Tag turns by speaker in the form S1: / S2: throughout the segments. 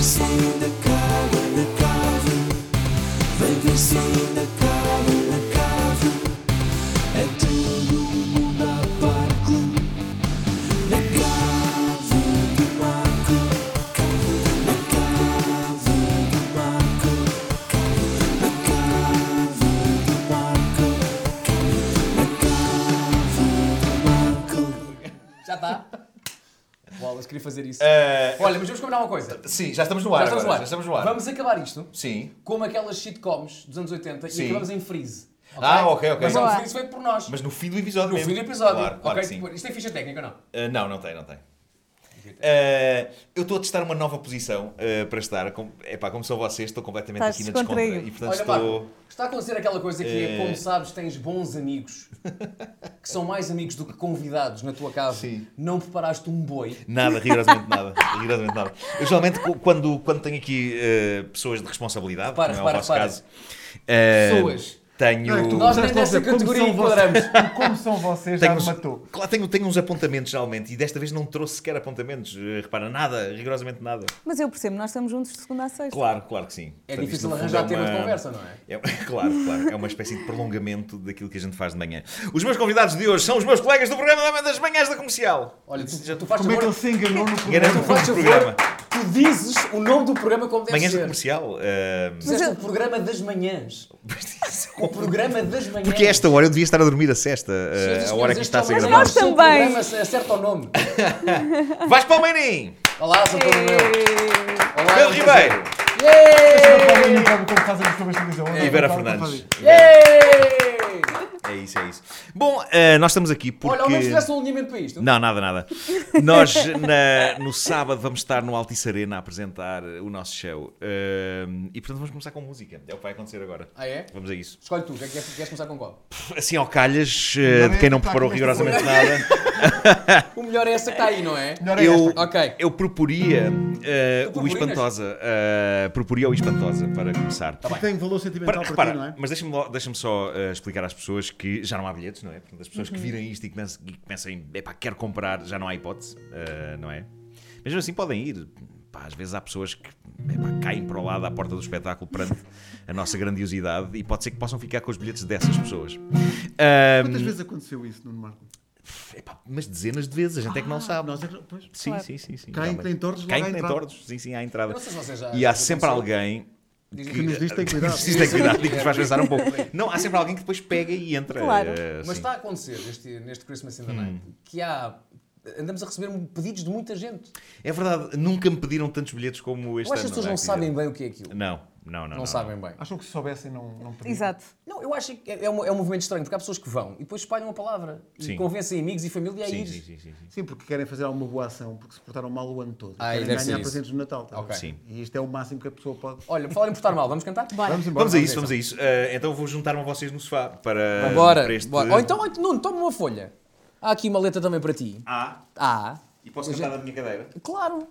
S1: sair da cave, na cave. Vem ver sair da cave, na cave. É tudo mundo à parte. Na cave do Marco. Na cave do Marco. Na cave do Marco. Na cave do Marco.
S2: Já está? Bolas, queria fazer isso.
S3: Eh,
S2: Olha, mas vamos combinar uma coisa.
S3: sim, já estamos no ar.
S2: já estamos
S3: agora,
S2: no ar.
S3: Já estamos no ar.
S2: Vamos acabar isto
S3: Sim.
S2: como aquelas sitcoms dos anos 80
S3: Sim.
S2: e acabamos em freeze.
S3: Ah, ok, ok.
S2: Mas não, o
S4: Boa.
S2: freeze foi por nós.
S3: Mas no fim do episódio.
S2: no
S3: mesmo.
S2: fim do episódio.
S3: Claro, claro
S2: ok?
S3: que sim.
S2: Isto é ficha técnica ou não?
S3: Ah, não, não tem, não tem. Ah, eu estou a testar uma nova posição ah, para estar. Com, epá, como são vocês, estou completamente
S4: Estás
S3: aqui na descontra.
S4: descontraído.
S3: E portanto
S2: Olha,
S3: estou.
S2: Marco, está a acontecer aquela coisa que é,
S3: Eh.
S2: como sabes, tens bons amigos que são mais amigos do que convidados na tua casa.
S3: Sim.
S2: Não preparaste um boi.
S3: Nada, rigorosamente nada. rigorosamente nada. Eu geralmente, cu- quando, quando tenho aqui ah, pessoas de responsabilidade,
S2: Repara,
S3: como é
S2: repara,
S3: o vosso
S2: repara.
S3: caso, ah,
S2: Pessoas.
S3: Tenho.
S5: Não, é que tu
S2: Nós nem
S5: começaste logo a
S2: nessa
S5: dizer, como
S2: categoria
S5: são
S2: enquadramos.
S5: vocês- Como são vocês, já
S3: Tenho
S5: me
S3: uns,
S5: matou.
S3: claro, tenho, tenho uns apontamentos geralmente e desta vez não trouxe sequer apontamentos. eh, Repara, nada, rigorosamente nada.
S4: Mas eu percebo, nós estamos juntos de segunda a sexta.
S3: Claro, claro que sim.
S2: É
S3: Portanto, isto,
S2: difícil
S3: no fundo,
S2: arranjar
S3: é
S2: temas de
S3: uma-
S2: conversa, não é?
S3: É, claro, claro. É uma espécie de prolongamento daquilo que a gente faz de manhã. Os meus convidados de hoje são os meus colegas do programa das manhãs da comercial.
S2: Olha, tu,
S3: Já-
S2: tu fazes
S5: Como é que ele
S2: favor,
S5: se enganou no
S3: Enganei-me
S5: programa?
S3: no
S2: faz
S3: nome do
S2: favor,
S3: programa.
S2: tu dizes o nome do programa como deve
S3: Manhãs da
S2: ser.
S3: comercial. eh,
S2: Fizeste
S4: eu-
S2: o programa das manhãs.
S3: é
S2: O programa das manhãs.
S3: Porque a esta hora eu devia estar a dormir a sesta,
S2: Senhoras e
S3: eh, a
S2: senhores,
S3: hora que
S2: este
S3: está a ser
S2: é o
S3: gravado.
S4: Nós
S2: seu
S4: também.
S2: programa, se Acerta o nome.
S3: Vais para o Menin!
S2: Olá, Sr. Manuel.
S4: Ei.
S2: Olá,
S3: Pedro
S2: Sr.
S3: Ribeiro!
S5: Não
S2: Yay!
S5: podem imitar como fazem as pessoas na televisão.
S3: E Vera
S5: Não podem fazer.
S3: Fernandes.
S2: Yay!
S3: É isso, é isso. Bom, eh, nós estamos aqui porque...
S2: Olha, ao menos fizesse um alinhamento para isto.
S3: Não, nada, nada. Nós, na- no sábado, vamos estar no Altice Arena a apresentar o nosso show. Ahm, e, portanto, vamos começar com música. É o que vai acontecer agora.
S2: Ah, é?
S3: Vamos a isso.
S2: Escolhe tu, quer- quer- queres começar com qual?
S3: Assim, ao calhas,
S2: é
S3: eh, de quem não preparou rigorosamente nada,
S2: O melhor é essa que está aí, não é?
S5: Melhor é
S3: eu,
S5: esta.
S2: Ok.
S3: eu proporia eh,
S2: Tu
S3: o Espantosa. eh, proporia o Espantosa para começar.
S2: Tá
S5: Que Tem valor sentimental
S3: Para,
S5: para,
S3: repara,
S5: ti, não é?
S3: mas deixa-me lo- deixa-me só eh, explicar às pessoas que já não há bilhetes, não é? Portanto, as pessoas que
S5: Uhum.
S3: virem isto e começam, e começam a epá, quero comprar, já não há hipótese, eh, não é? Mesmo assim podem ir. Pá, às vezes há pessoas que epá, caem para o lado à porta do espetáculo perante a nossa grandiosidade e pode ser que possam ficar com os bilhetes dessas pessoas. Ahm,
S5: Quantas vezes aconteceu isso, Nuno Marco?
S3: epá, mas dezenas de vezes, a gente é que não sabe.
S5: Nós é que- pois,
S3: Sim,
S4: Claro.
S3: sim, sim, sim.
S5: Caem
S3: realmente.
S5: que nem tordos logo
S3: Caem
S5: à
S3: que nem
S5: entrada.
S3: tordos, sim, sim, à entrada.
S2: Eu não sei se vocês já-
S3: E há
S2: já
S3: sempre
S2: pensou.
S3: alguém
S2: Dizem
S5: que nos diz que tem cuidado.
S3: que nos diz que tem cuidado e que nos faz pensar um pouco. Não, há sempre alguém que depois pega e entra.
S4: Claro.
S3: eh,
S2: Mas tá-
S3: sim.
S2: está a acontecer neste, neste Christmas
S3: Hum.
S2: in the Night que há. Andamos a receber pedidos de muita gente.
S3: É verdade, nunca me pediram tantos bilhetes como este
S2: Eu acho que as
S3: ano,
S2: pessoas
S3: é,
S2: não sabem
S3: acredito.
S2: bem o que é aquilo. Não,
S3: Não, não, não. Não,
S2: sabem bem.
S5: Acham que se soubessem não, não podiam.
S4: Exato.
S2: Não, eu acho que é, é um, é um movimento estranho, porque há pessoas que vão e depois espalham a palavra
S3: Sim.
S2: e convencem amigos e família a
S3: Sim,
S2: ir.
S3: sim, sim. sim, sim.
S5: Sim, porque querem fazer alguma boa ação, porque se portaram mal o ano todo.
S2: Ah, e
S5: querem
S2: deve ser
S5: ganhar
S2: isso.
S5: presentes no Natal. tá?
S2: Ok.
S3: Sim.
S5: E isto é o máximo que a pessoa pode.
S2: Olha, por falar em portar mal, vamos cantar?
S4: Bora.
S5: Vamos embora.
S3: Vamos a isso, vamos a isso. Eh, então vou juntar-me a vocês no sofá para,
S2: Bora,
S3: para este...
S2: bora. Ou então, ou então, Nuno, toma uma folha. Há aqui uma letra também para ti.
S3: Ah,
S2: Ah,
S3: e posso cantar da minha cadeira?
S2: claro.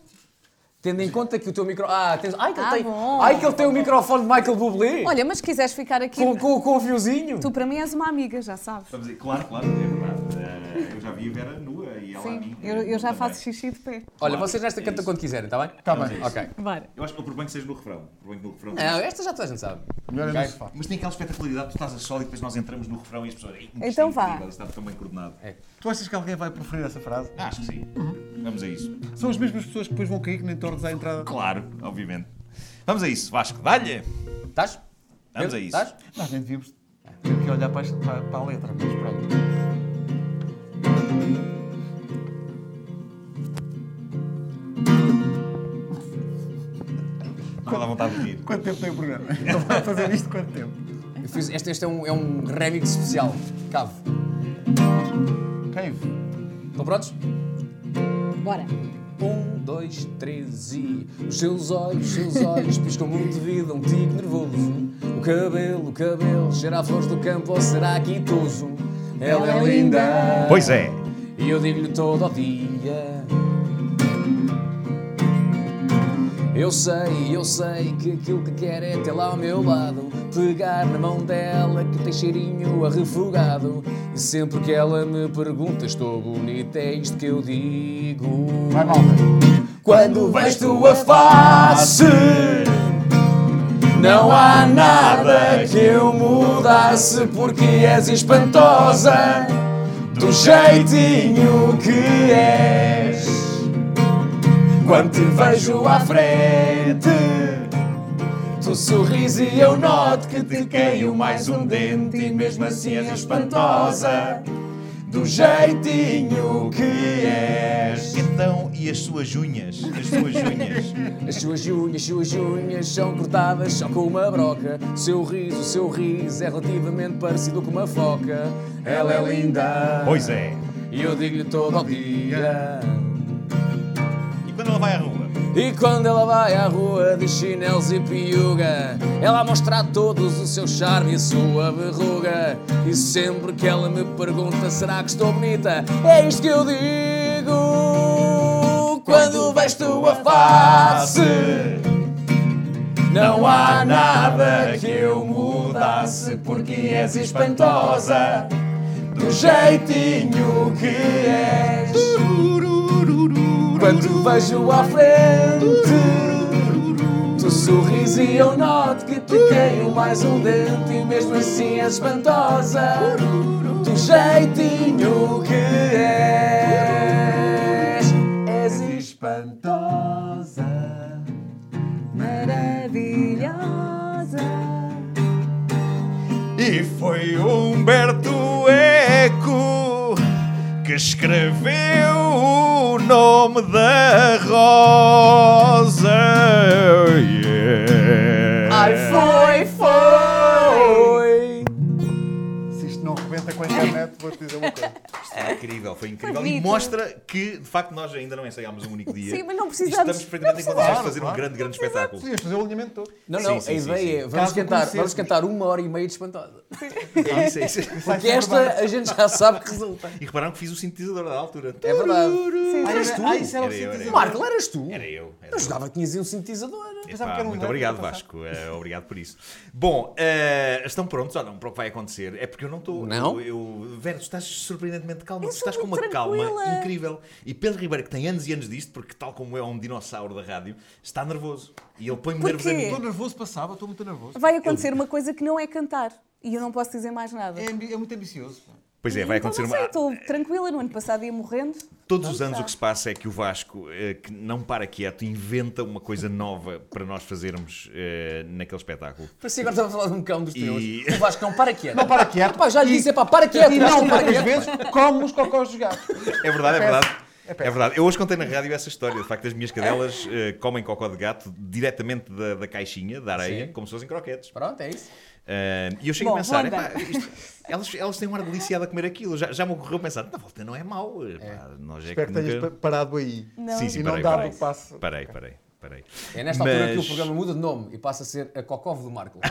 S2: Tendo em conta que o teu micro... Ah, tens... Ai, que ele
S4: Ah,
S2: tem...
S4: bom.
S2: Ai, que ele tem o microfone de Michael Bublé.
S4: Olha, mas se quiseres ficar aqui,
S2: Com, com, com o fiozinho.
S4: tu para mim és uma amiga, já sabes.
S3: Vamos aí. Claro, claro, é verdade. Eh, eu já vi a Vera nua e ela a
S4: Sim,
S3: mim.
S4: eu, eu já
S3: Também.
S4: faço xixi de pé.
S2: Olha,
S3: Claro,
S2: vocês nesta
S3: é
S2: canta
S3: isso.
S2: quando quiserem, está bem?
S5: Está bem.
S2: Ok.
S4: Bora.
S3: Eu acho que eu proponho que seja no refrão. Proponho que no refrão.
S2: Não, esta já toda a gente sabe.
S5: Melhor é
S2: Ok?
S5: no sofá.
S3: Mas tem aquela espetacularidade, tu estás a solo e depois nós entramos no refrão e as pessoas. "Ei, isto
S4: Então
S3: é
S4: vá.
S3: incrível, Está tão bem coordenado.
S5: Tu achas que alguém vai preferir essa frase?
S3: Ah, Acho que sim. Uhum. Vamos a isso.
S5: São as mesmas pessoas que depois vão cair que nem tordos à entrada.
S3: Claro, obviamente. Vamos a isso, Vasco. Dá-lhe!
S2: Estás?
S3: Vamos a isso.
S2: Estás?
S5: Nós nem devíamos ter que olhar para, esta- para- para a letra, mas pronto.
S3: Não dá vontade de rir.
S5: Quanto tempo tem o programa? Ele vai fazer isto quanto tempo?
S2: Eu fiz- Este, este é, um, é um remix especial. Cave.
S5: Cave.
S2: Estão prontos?
S4: Bora.
S2: Um, dois, três e. Os seus olhos, os seus olhos piscam muito devido a um tico nervoso. O cabelo, o cabelo, cheira a flores do campo ou será quitoso? Ela é linda.
S3: Pois é.
S2: E eu digo-lhe todo o dia. Eu sei, eu sei que aquilo que quer é tê-la ao meu lado. Pegar na mão dela que tem cheirinho a refogado. E sempre que ela me pergunta, estou bonita, é isto que eu digo.
S5: Vai, malta.
S2: Quando vejo tua face, não há nada que eu mudasse, porque és espantosa do jeitinho que és. Quando te vejo à frente, tu sorris e eu noto que te caiu mais um dente, e mesmo assim és espantosa do jeitinho que és.
S3: Então, e as suas unhas? As suas unhas.
S2: As suas unhas, suas unhas são cortadas só com uma broca. Seu riso, seu riso é relativamente parecido com uma foca. Ela é linda.
S3: Pois é.
S2: E eu digo-lhe todo ao dia.
S3: E quando ela vai à rua?
S2: E quando ela vai à rua de chinelos e piuga, ela mostra a todos o seu charme e a sua verruga. E sempre que ela me pergunta, será que estou bonita? É isto que eu digo. Quando vejo tua face, não há nada que eu mudasse, porque és espantosa do jeitinho que és. Quando te vejo à frente, tu sorris e eu noto que te caiu mais um dente, e mesmo assim és espantosa do jeitinho que és. És espantosa, maravilhosa.
S3: E foi Humberto Eco que escreveu o nome da Rosa. Yeah.
S2: Ai, foi, foi!
S5: Se isto não rebenta com a internet, vou-te dizer uma coisa.
S3: Isto é incrível, foi incrível. e
S4: bonito.
S3: mostra que, de facto, nós ainda não ensaiámos um único dia.
S4: Sim, mas não
S3: E
S4: precisamos.
S3: Estamos perfeitamente em
S4: Não
S3: condições de
S5: precisamos.
S3: fazer um
S5: Claro,
S3: grande, grande espetáculo.
S5: Podias fazer o alinhamento todo.
S2: Não,
S3: Sim,
S2: não, a
S3: sim, sim,
S2: ideia
S3: sim.
S2: é vamos
S5: Caso
S2: cantar,
S5: conhecermos.
S2: vamos cantar uma hora e meia de espantosa.
S3: É isso, é isso.
S2: Porque esta a gente já sabe que resulta.
S3: E repararam que fiz o sintetizador da altura.
S2: É verdade.
S4: Sim,
S5: Ah,
S4: sim.
S5: era- ah, isso
S3: Era eu,
S5: era o
S3: era eu.
S5: sintetizador.
S2: Marco, eras tu?
S3: Era eu.
S2: Eu
S3: Era eu.
S2: jogava que tinhas aí um sintetizador.
S5: Pensava
S3: Epá,
S5: que era um
S3: muito
S5: Humberto,
S3: obrigado,
S5: pensava.
S3: Vasco. Eh, obrigado por isso. Bom, eh, estão prontos ou não para o que vai acontecer? É porque eu não estou.
S2: Não?
S3: Eu, eu- Vera, tu estás surpreendentemente calma.
S4: Eu
S3: tu estás
S4: sou
S3: com uma
S4: muito
S3: calma
S4: tranquila.
S3: incrível. E Pedro Ribeiro, que tem anos e anos disto, porque tal como eu é um dinossauro da rádio, está nervoso. E ele põe-me
S4: Por
S3: nervos a
S4: quê?
S5: Estou
S3: mim.
S5: nervoso para sábado, estou muito nervoso.
S4: Vai acontecer uma coisa que não é cantar. E eu não posso dizer mais nada.
S5: É, ambi- é muito ambicioso. pá.
S3: Pois é, vai acontecer
S4: então, não sei,
S3: uma.
S4: Estou tranquila, no ano passado ia morrendo.
S3: Todos os anos
S4: está.
S3: o que se passa é que o Vasco, eh, que não para quieto, inventa uma coisa nova para nós fazermos eh, naquele espetáculo.
S2: Parecia agora estava a falar de um cão dos teus.
S3: E-
S2: O Vasco não para quieto.
S5: Não para quieto.
S2: Pá, já lhe disse, é pá, para quieto.
S5: E
S2: Vasco,
S5: não,
S2: para
S5: muitas
S2: quieto.
S5: vezes como os cocós dos gatos.
S3: É verdade, é
S5: péssimo.
S3: verdade.
S5: É
S3: É
S5: péssimo.
S3: verdade. Eu hoje contei na rádio essa história. De facto, as minhas cadelas eh, comem cocó de gato diretamente da, da caixinha, da areia,
S2: Sim.
S3: como se fossem croquetes.
S2: Pronto, é isso.
S3: Eh, e eu chego
S4: Bom,
S3: a pensar,
S4: Wanda.
S3: "Epá, isto- elas, elas têm um ar deliciado a comer aquilo. Já, já me ocorreu pensar, na volta não é mau. eh, pá, nós é
S5: Espero que
S3: que
S5: tenhas
S3: nunca...
S5: pa- parado aí.
S4: Não.
S3: Sim, sim,
S5: E não
S3: parei,
S5: dado
S3: parei.
S5: o passo.
S3: Parei, parei, parei.
S2: É nesta altura que o
S3: Mas-
S2: programa muda de nome e passa a ser a Cocove do Marco.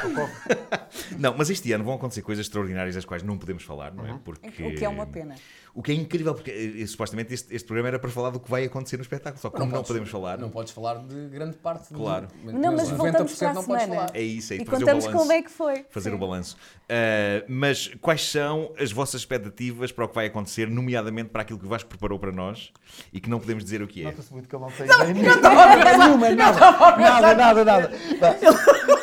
S3: Não, mas este ano vão acontecer coisas extraordinárias das quais não podemos falar, não é? Porque...
S4: O que é uma pena.
S3: O que é incrível, porque eh, eh, supostamente este, este programa era para falar do que vai acontecer no espetáculo. Só que como não,
S2: podes-
S3: podemos falar,
S2: Não podes falar de grande parte.
S3: Claro.
S2: De,
S4: Não, mas voltamos para a
S2: não podes
S4: semana.
S2: falar.
S3: É isso, é isso,
S4: E
S3: fazer o
S4: contamos
S3: balanço.
S4: como é que foi.
S3: fazer
S4: Sim.
S3: o balanço. Uh, mas quais são as vossas expectativas para o que vai acontecer, nomeadamente para aquilo que o Vasco preparou para nós e que não podemos dizer o que é?
S5: Nota-se muito que ele não tem ideia nenhuma. Nenhuma, nada, nada, nada, nada.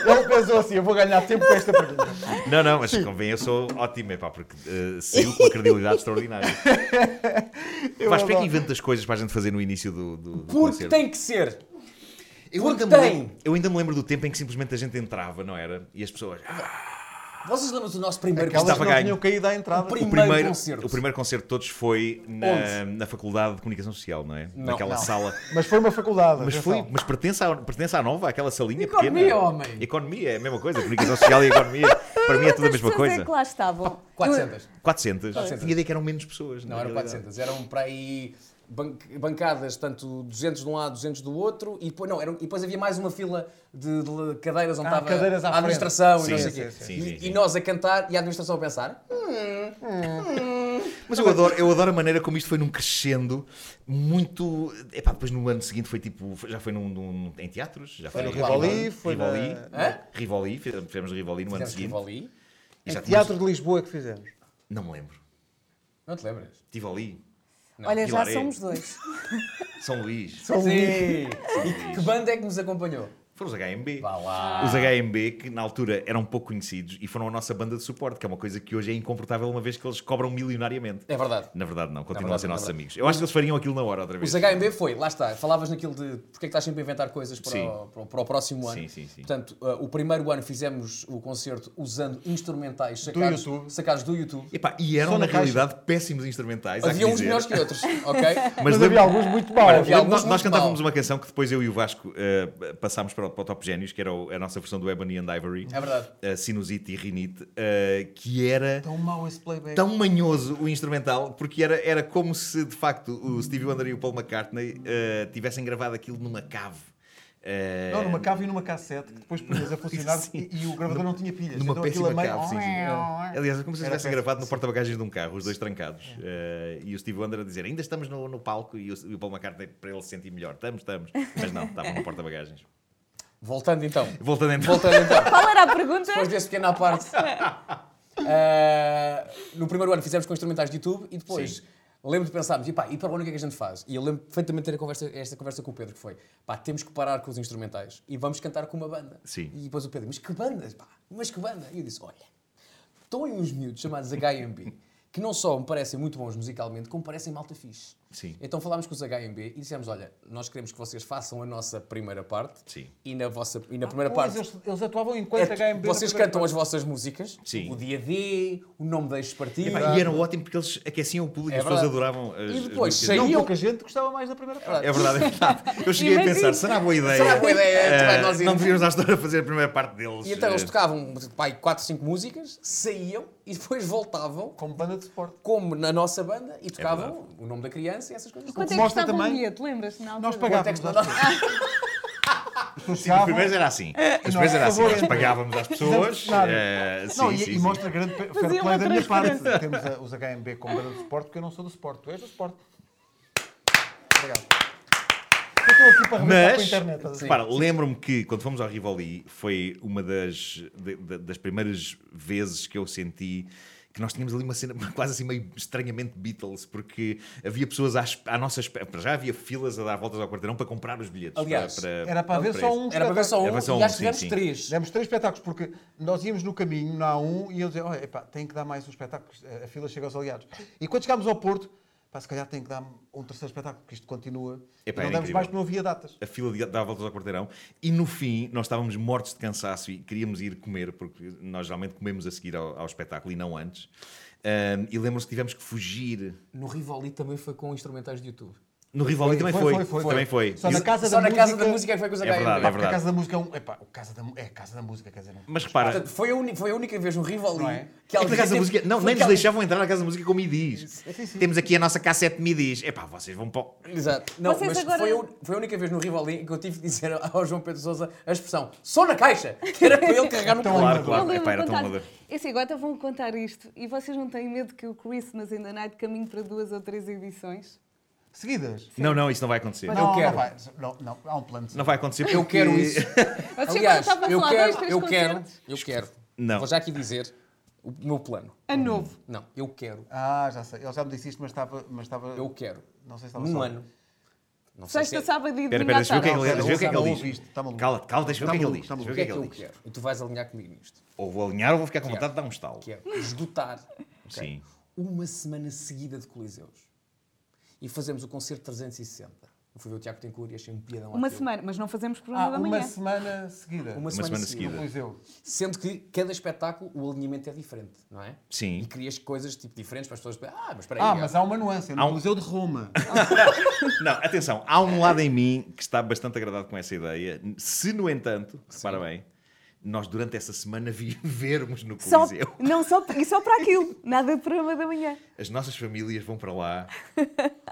S5: Ele pensou assim, eu vou ganhar tempo com esta pergunta.
S3: Não, não, mas convém, eu sou ótimo, epá, porque uh, saiu com uma credibilidade extraordinária. Vasco, porquê
S5: Eu
S3: é que
S5: adoro.
S3: inventas coisas para a gente fazer no início do, do, do
S2: Porque
S3: concerto?
S2: tem que ser.
S3: eu,
S2: porque
S3: ainda me
S2: tem.
S3: lembro- eu ainda me lembro do tempo em que simplesmente a gente entrava, não era? E as pessoas... "Ah,
S2: Vocês lembram do nosso primeiro
S5: Aquelas
S3: Estava
S5: que não
S3: ganho.
S5: tinham caído à entrada.
S2: O primeiro-
S3: O primeiro,
S2: concerto.
S3: o primeiro concerto de todos foi na, na Faculdade de Comunicação Social, não é? Naquela
S5: Não.
S3: sala.
S5: Mas foi uma faculdade.
S3: Mas, foi,
S5: atenção.
S3: mas pertence, à, pertence à nova, aquela salinha
S2: Economia,
S3: pequena.
S2: homem.
S3: Economia, é a mesma coisa. Comunicação social e economia. Para mim é tudo a
S4: Quantas
S3: mesma
S4: pessoas É
S3: coisa.
S4: que lá estavam.
S2: 400.
S3: 400.
S2: 400.
S3: Tinha ideia que eram menos pessoas.
S2: Não,
S3: na
S2: eram
S3: realidade.
S2: 400. Eram para aí ban- bancadas, tanto 200 de um lado, 200 do outro, e depois, não, eram, e depois havia mais uma fila de, de cadeiras onde
S5: Ah,
S2: estava
S5: cadeiras à
S2: a
S5: frente.
S2: administração e
S3: Sim,
S2: não sei o
S3: sim,
S2: quê.
S3: sim,
S2: E-
S3: sim,
S2: E
S3: sim.
S2: nós a cantar e a administração a pensar.
S3: Mas eu adoro, eu adoro a maneira como isto foi num crescendo muito. Epá, depois no ano seguinte foi tipo. foi- Já foi num, num- em teatros? Já
S5: Foi no Rivoli, foi na-
S3: Rivoli.
S2: Hã?
S3: Rivoli, fizemos fizemos Rivoli no ano
S2: Fizemos
S3: seguinte.
S2: Rivoli?
S3: E já
S5: Em
S3: tínhamos-
S5: É Teatro de Lisboa que fizemos.
S3: Não me lembro.
S2: Não te lembras?
S3: Tivoli,
S4: Olha, já
S3: Vilaré.
S4: somos dois.
S3: São Luís.
S2: Sim. E que banda é que nos acompanhou?
S3: Foram os HMB.
S2: Vá lá.
S3: Os HMB, que na altura eram pouco conhecidos e foram a nossa banda de suporte, que é uma coisa que hoje é incomportável, uma vez que eles cobram milionariamente.
S2: É verdade.
S3: Na verdade, não,
S2: É verdade,
S3: continuam a ser
S2: na
S3: nossos
S2: verdade.
S3: amigos. Eu acho que eles fariam aquilo na hora outra vez.
S2: Os HMB foi, lá está, falavas naquilo de porque é que estás sempre a inventar coisas para,
S3: Sim.
S2: o, para o- para o próximo ano.
S3: Sim, sim, sim.
S2: Portanto, uh, o primeiro ano fizemos o concerto usando instrumentais sacados
S5: YouTube.
S2: sacados do YouTube.
S3: Epá, e eram,
S5: Só
S3: na
S5: na caixa.
S3: realidade, péssimos instrumentais. há que
S2: Havia uns
S3: dizer.
S2: melhores que outros, ok?
S5: Mas,
S3: lembro-
S5: havia alguns muito maus.
S2: Olha, havia alguns
S3: Lembro- nós,
S2: muito
S3: nós cantávamos
S2: mal.
S3: uma canção que depois eu e o Vasco eh, passámos para o, para o Top Génios, que era o- a nossa versão do Ebony and Ivory.
S2: É verdade.
S3: Eh, sinusite e rinite, eh, que era
S5: É Tão mau esse playback.
S3: tão manhoso o instrumental, porque era, era como se de facto o Stevie Wonder e o Paul McCartney eh, tivessem gravado aquilo numa cave. Eh,
S5: Não, numa cave e numa cassete que depois podias a funcionar
S3: Sim.
S5: e, e o gravador não tinha pilhas.
S3: Numa
S5: então aquilo
S3: péssima
S5: a meio-
S3: cave, sim, sim. Aliás, é como se tivessem
S5: Era É. péssimo,
S3: gravado no porta-bagagens de um carro, os dois trancados. Eh, e o Steve Wonder a dizer, ainda estamos no, no palco, e o, e o Paul McCartney, para ele se sentir melhor, estamos, estamos. Mas não, estavam no porta-bagagens.
S2: Voltando então.
S3: Voltando então.
S2: Voltando então.
S4: Qual era a pergunta?
S3: é.
S2: Depois desse pequeno à parte.
S5: É.
S2: Uh, no primeiro ano fizemos com instrumentais de YouTube e depois lembro de pensarmos, e pá, e para o ano o que é que a gente faz? E eu lembro perfeitamente de ter a conversa, esta conversa com o Pedro, que foi, pá, temos que parar com os instrumentais e vamos cantar com uma banda.
S3: Sim.
S2: E depois o Pedro, mas que banda, pá, mas que banda? E eu disse, olha, estão aí uns miúdos chamados HMB, que não só me parecem muito bons musicalmente, como parecem malta fixe.
S3: Sim.
S2: Então falámos com os HMB e dissemos, olha, nós queremos que vocês façam a nossa primeira parte
S3: Sim.
S2: e na, vossa, e na primeira
S5: Ah, Pois,
S2: parte...
S5: eles, eles atuavam enquanto
S2: É,
S5: HMB. na
S2: vocês
S5: primeira
S2: cantam as vossas músicas, tipo
S3: Sim.
S2: o dia D, o nome das partidas.
S3: Epá, e um eram ótimo porque eles aqueciam o público,
S2: É
S3: as pessoas
S2: verdade.
S3: adoravam as,
S2: E depois
S3: as músicas.
S5: parte.
S2: saíam-
S5: Não, pouca gente gostava mais da primeira parte.
S3: É verdade, é verdade. Eu cheguei a
S4: Imagina.
S3: pensar, será boa ideia?
S2: Será boa ideia?
S3: eh,
S2: Vai, é tipo, nós
S3: não
S2: irmos.
S3: devíamos à história fazer a primeira parte deles.
S2: E então eles
S3: eh,
S2: tocavam pai, 4, 5 músicas, saíam e depois voltavam,
S5: Como banda de suporte.
S2: como na nossa banda, e tocavam o nome da criança e essas coisas.
S5: O
S6: Quanto
S5: que
S6: é que
S5: mostra
S6: custava um
S5: também-
S6: bilhete? Lembras-te na
S5: é Nós
S6: altura?
S5: pagávamos às pessoas. As pessoas
S3: Os
S5: chegavam-
S3: primeiros era assim. Os primeiros
S5: Eh, por
S3: era assim.
S5: favor,
S3: Nós
S5: entre-
S3: pagávamos às pessoas.
S5: cenário.
S3: eh,
S5: não,
S3: sim,
S5: e,
S3: sim,
S5: e
S3: sim.
S5: mostra grande pe- fair
S6: Faziam
S5: play
S6: uma
S5: da minha parte. Temos a- os HMB como banda de suporte, porque eu não sou do suporte. Tu és do suporte. Obrigado. Eu estou aqui para arrebentar com a
S3: Mas,
S5: internet. estás a ver?
S3: repara, lembro-me que quando fomos ao Rivoli foi uma das, de- de- das primeiras vezes que eu senti que nós tínhamos ali uma cena quase assim meio estranhamente Beatles, porque havia pessoas à, esp- à nossa espera, para já havia filas a dar voltas ao quarteirão para comprar os bilhetes.
S2: Aliás,
S5: Era para ver só um
S2: Era para ver só um,
S3: Era para só
S2: e
S3: um,
S2: acho que
S3: sim,
S2: tivemos
S3: sim.
S2: três.
S5: Demos três espetáculos, porque nós íamos no caminho, na A1, e eu dizia, olha, epá, tem que dar mais um espetáculo, porque a fila chega aos aliados. E quando chegámos ao Porto, pá, se calhar tem que dar um terceiro espetáculo, porque isto continua.
S3: Epá,
S5: e
S3: era
S5: não
S3: incrível.
S5: demos
S3: É
S5: mais, porque não havia datas.
S3: a fila de- dava voltas ao quarteirão e no fim nós estávamos mortos de cansaço e queríamos ir comer, porque nós geralmente comemos a seguir ao, ao espetáculo e não antes. Ahm, e lembro-me que tivemos que fugir.
S2: No Rivoli também foi com instrumentais de YouTube.
S3: No Rivoli também foi, Também foi.
S5: Só na
S3: Isso-
S5: Casa
S2: Só
S5: da
S2: na Casa
S5: Música-
S2: da Música é que foi com os
S3: É
S2: HMB.
S3: verdade,
S5: Porque a Casa da Música é um... Epá, o casa da, Mu- é a Casa da Música, quer dizer, não...
S3: Mas repara,
S2: Portanto, foi a, uni- foi a única vez no Rivoli
S5: Não é?
S2: que
S3: é que na casa da
S2: teve-
S3: música, não,
S2: foi
S3: nem
S2: que
S3: nos
S2: alguém-
S3: deixavam entrar na casa da música com midis. Temos aqui a nossa cassete de midis. É pá, vocês vão para. o-
S2: Exato. Não,
S4: Vocês
S2: mas
S4: agora-
S2: foi, a, un- foi a única vez no Rivoli que eu tive de dizer ao João Pedro Sousa a expressão só na caixa, que era para ele carregar no play.
S3: Claro,
S6: Eu
S3: claro. É pá, era
S6: lembro-me
S3: tão
S6: contar.
S3: amador.
S6: É assim, agora vão contar isto e vocês não têm medo que o Christmas in the Night caminhe para duas ou três edições?
S5: Seguidas?
S3: Não, não, isso não vai acontecer. Não,
S2: eu
S5: não,
S2: quero.
S5: Não, vai, não, não, há um plano. de-
S3: vai acontecer porque.
S2: Eu quero isso.
S6: Vocês
S2: Aliás,
S6: quando estavam a
S2: eu
S6: falar dois,
S2: quero,
S6: três
S2: eu quero,
S6: concertos,
S2: eu quero.
S3: Não.
S2: Vou já aqui dizer o meu plano.
S6: a novo.
S2: Não, eu quero,
S5: Ah, já sei. Ele já me disse isto, mas estava... Mas estava
S2: eu quero.
S5: Não sei se
S3: um
S5: estava
S2: Num
S5: só-
S2: ano. Não sei se
S6: Sexta,
S2: é-
S6: sábado e
S3: Espera, espera,
S6: domingo à
S3: deixa eu ver o que é que ele-
S6: tarde.
S3: deixa eu ver o que é que
S5: Não
S3: ele
S5: ouviste,
S3: diz.
S5: está maluco.
S3: Cala, cala, deixa eu ver o que é que ele diz.
S5: Está maluco,
S2: O que é que eu quero? E tu vais alinhar comigo nisto.
S3: Ou vou alinhar ou vou ficar com vontade de dar um estalo.
S2: Que é esgotar
S3: Sim.
S2: uma semana seguida de Coliseus. E fazemos o concerto 360. Eu fui ver o Tiago Tencourt e achei um piadão
S6: Uma
S2: àquilo.
S6: semana, mas não fazemos programa
S5: Ah,
S6: da
S5: uma
S6: manhã.
S5: semana seguida.
S2: Uma
S3: Uma
S2: semana,
S3: semana
S2: seguida.
S3: seguida.
S5: Coliseu.
S2: Sendo que cada espetáculo o alinhamento é diferente, não é?
S3: Sim.
S2: E crias coisas tipo diferentes para as pessoas. Ah, mas espera aí.
S5: Ah,
S2: é-
S5: mas há uma nuance. É no
S3: Há um-
S5: Museu de Roma.
S3: Não, atenção, há um lado em mim que está bastante agradado com essa ideia. Se, no entanto, repara bem, nós durante essa semana vivermos no
S6: Só,
S3: Coliseu.
S6: não, só, e só para aquilo. Nada de programa da manhã.
S3: As nossas famílias vão para lá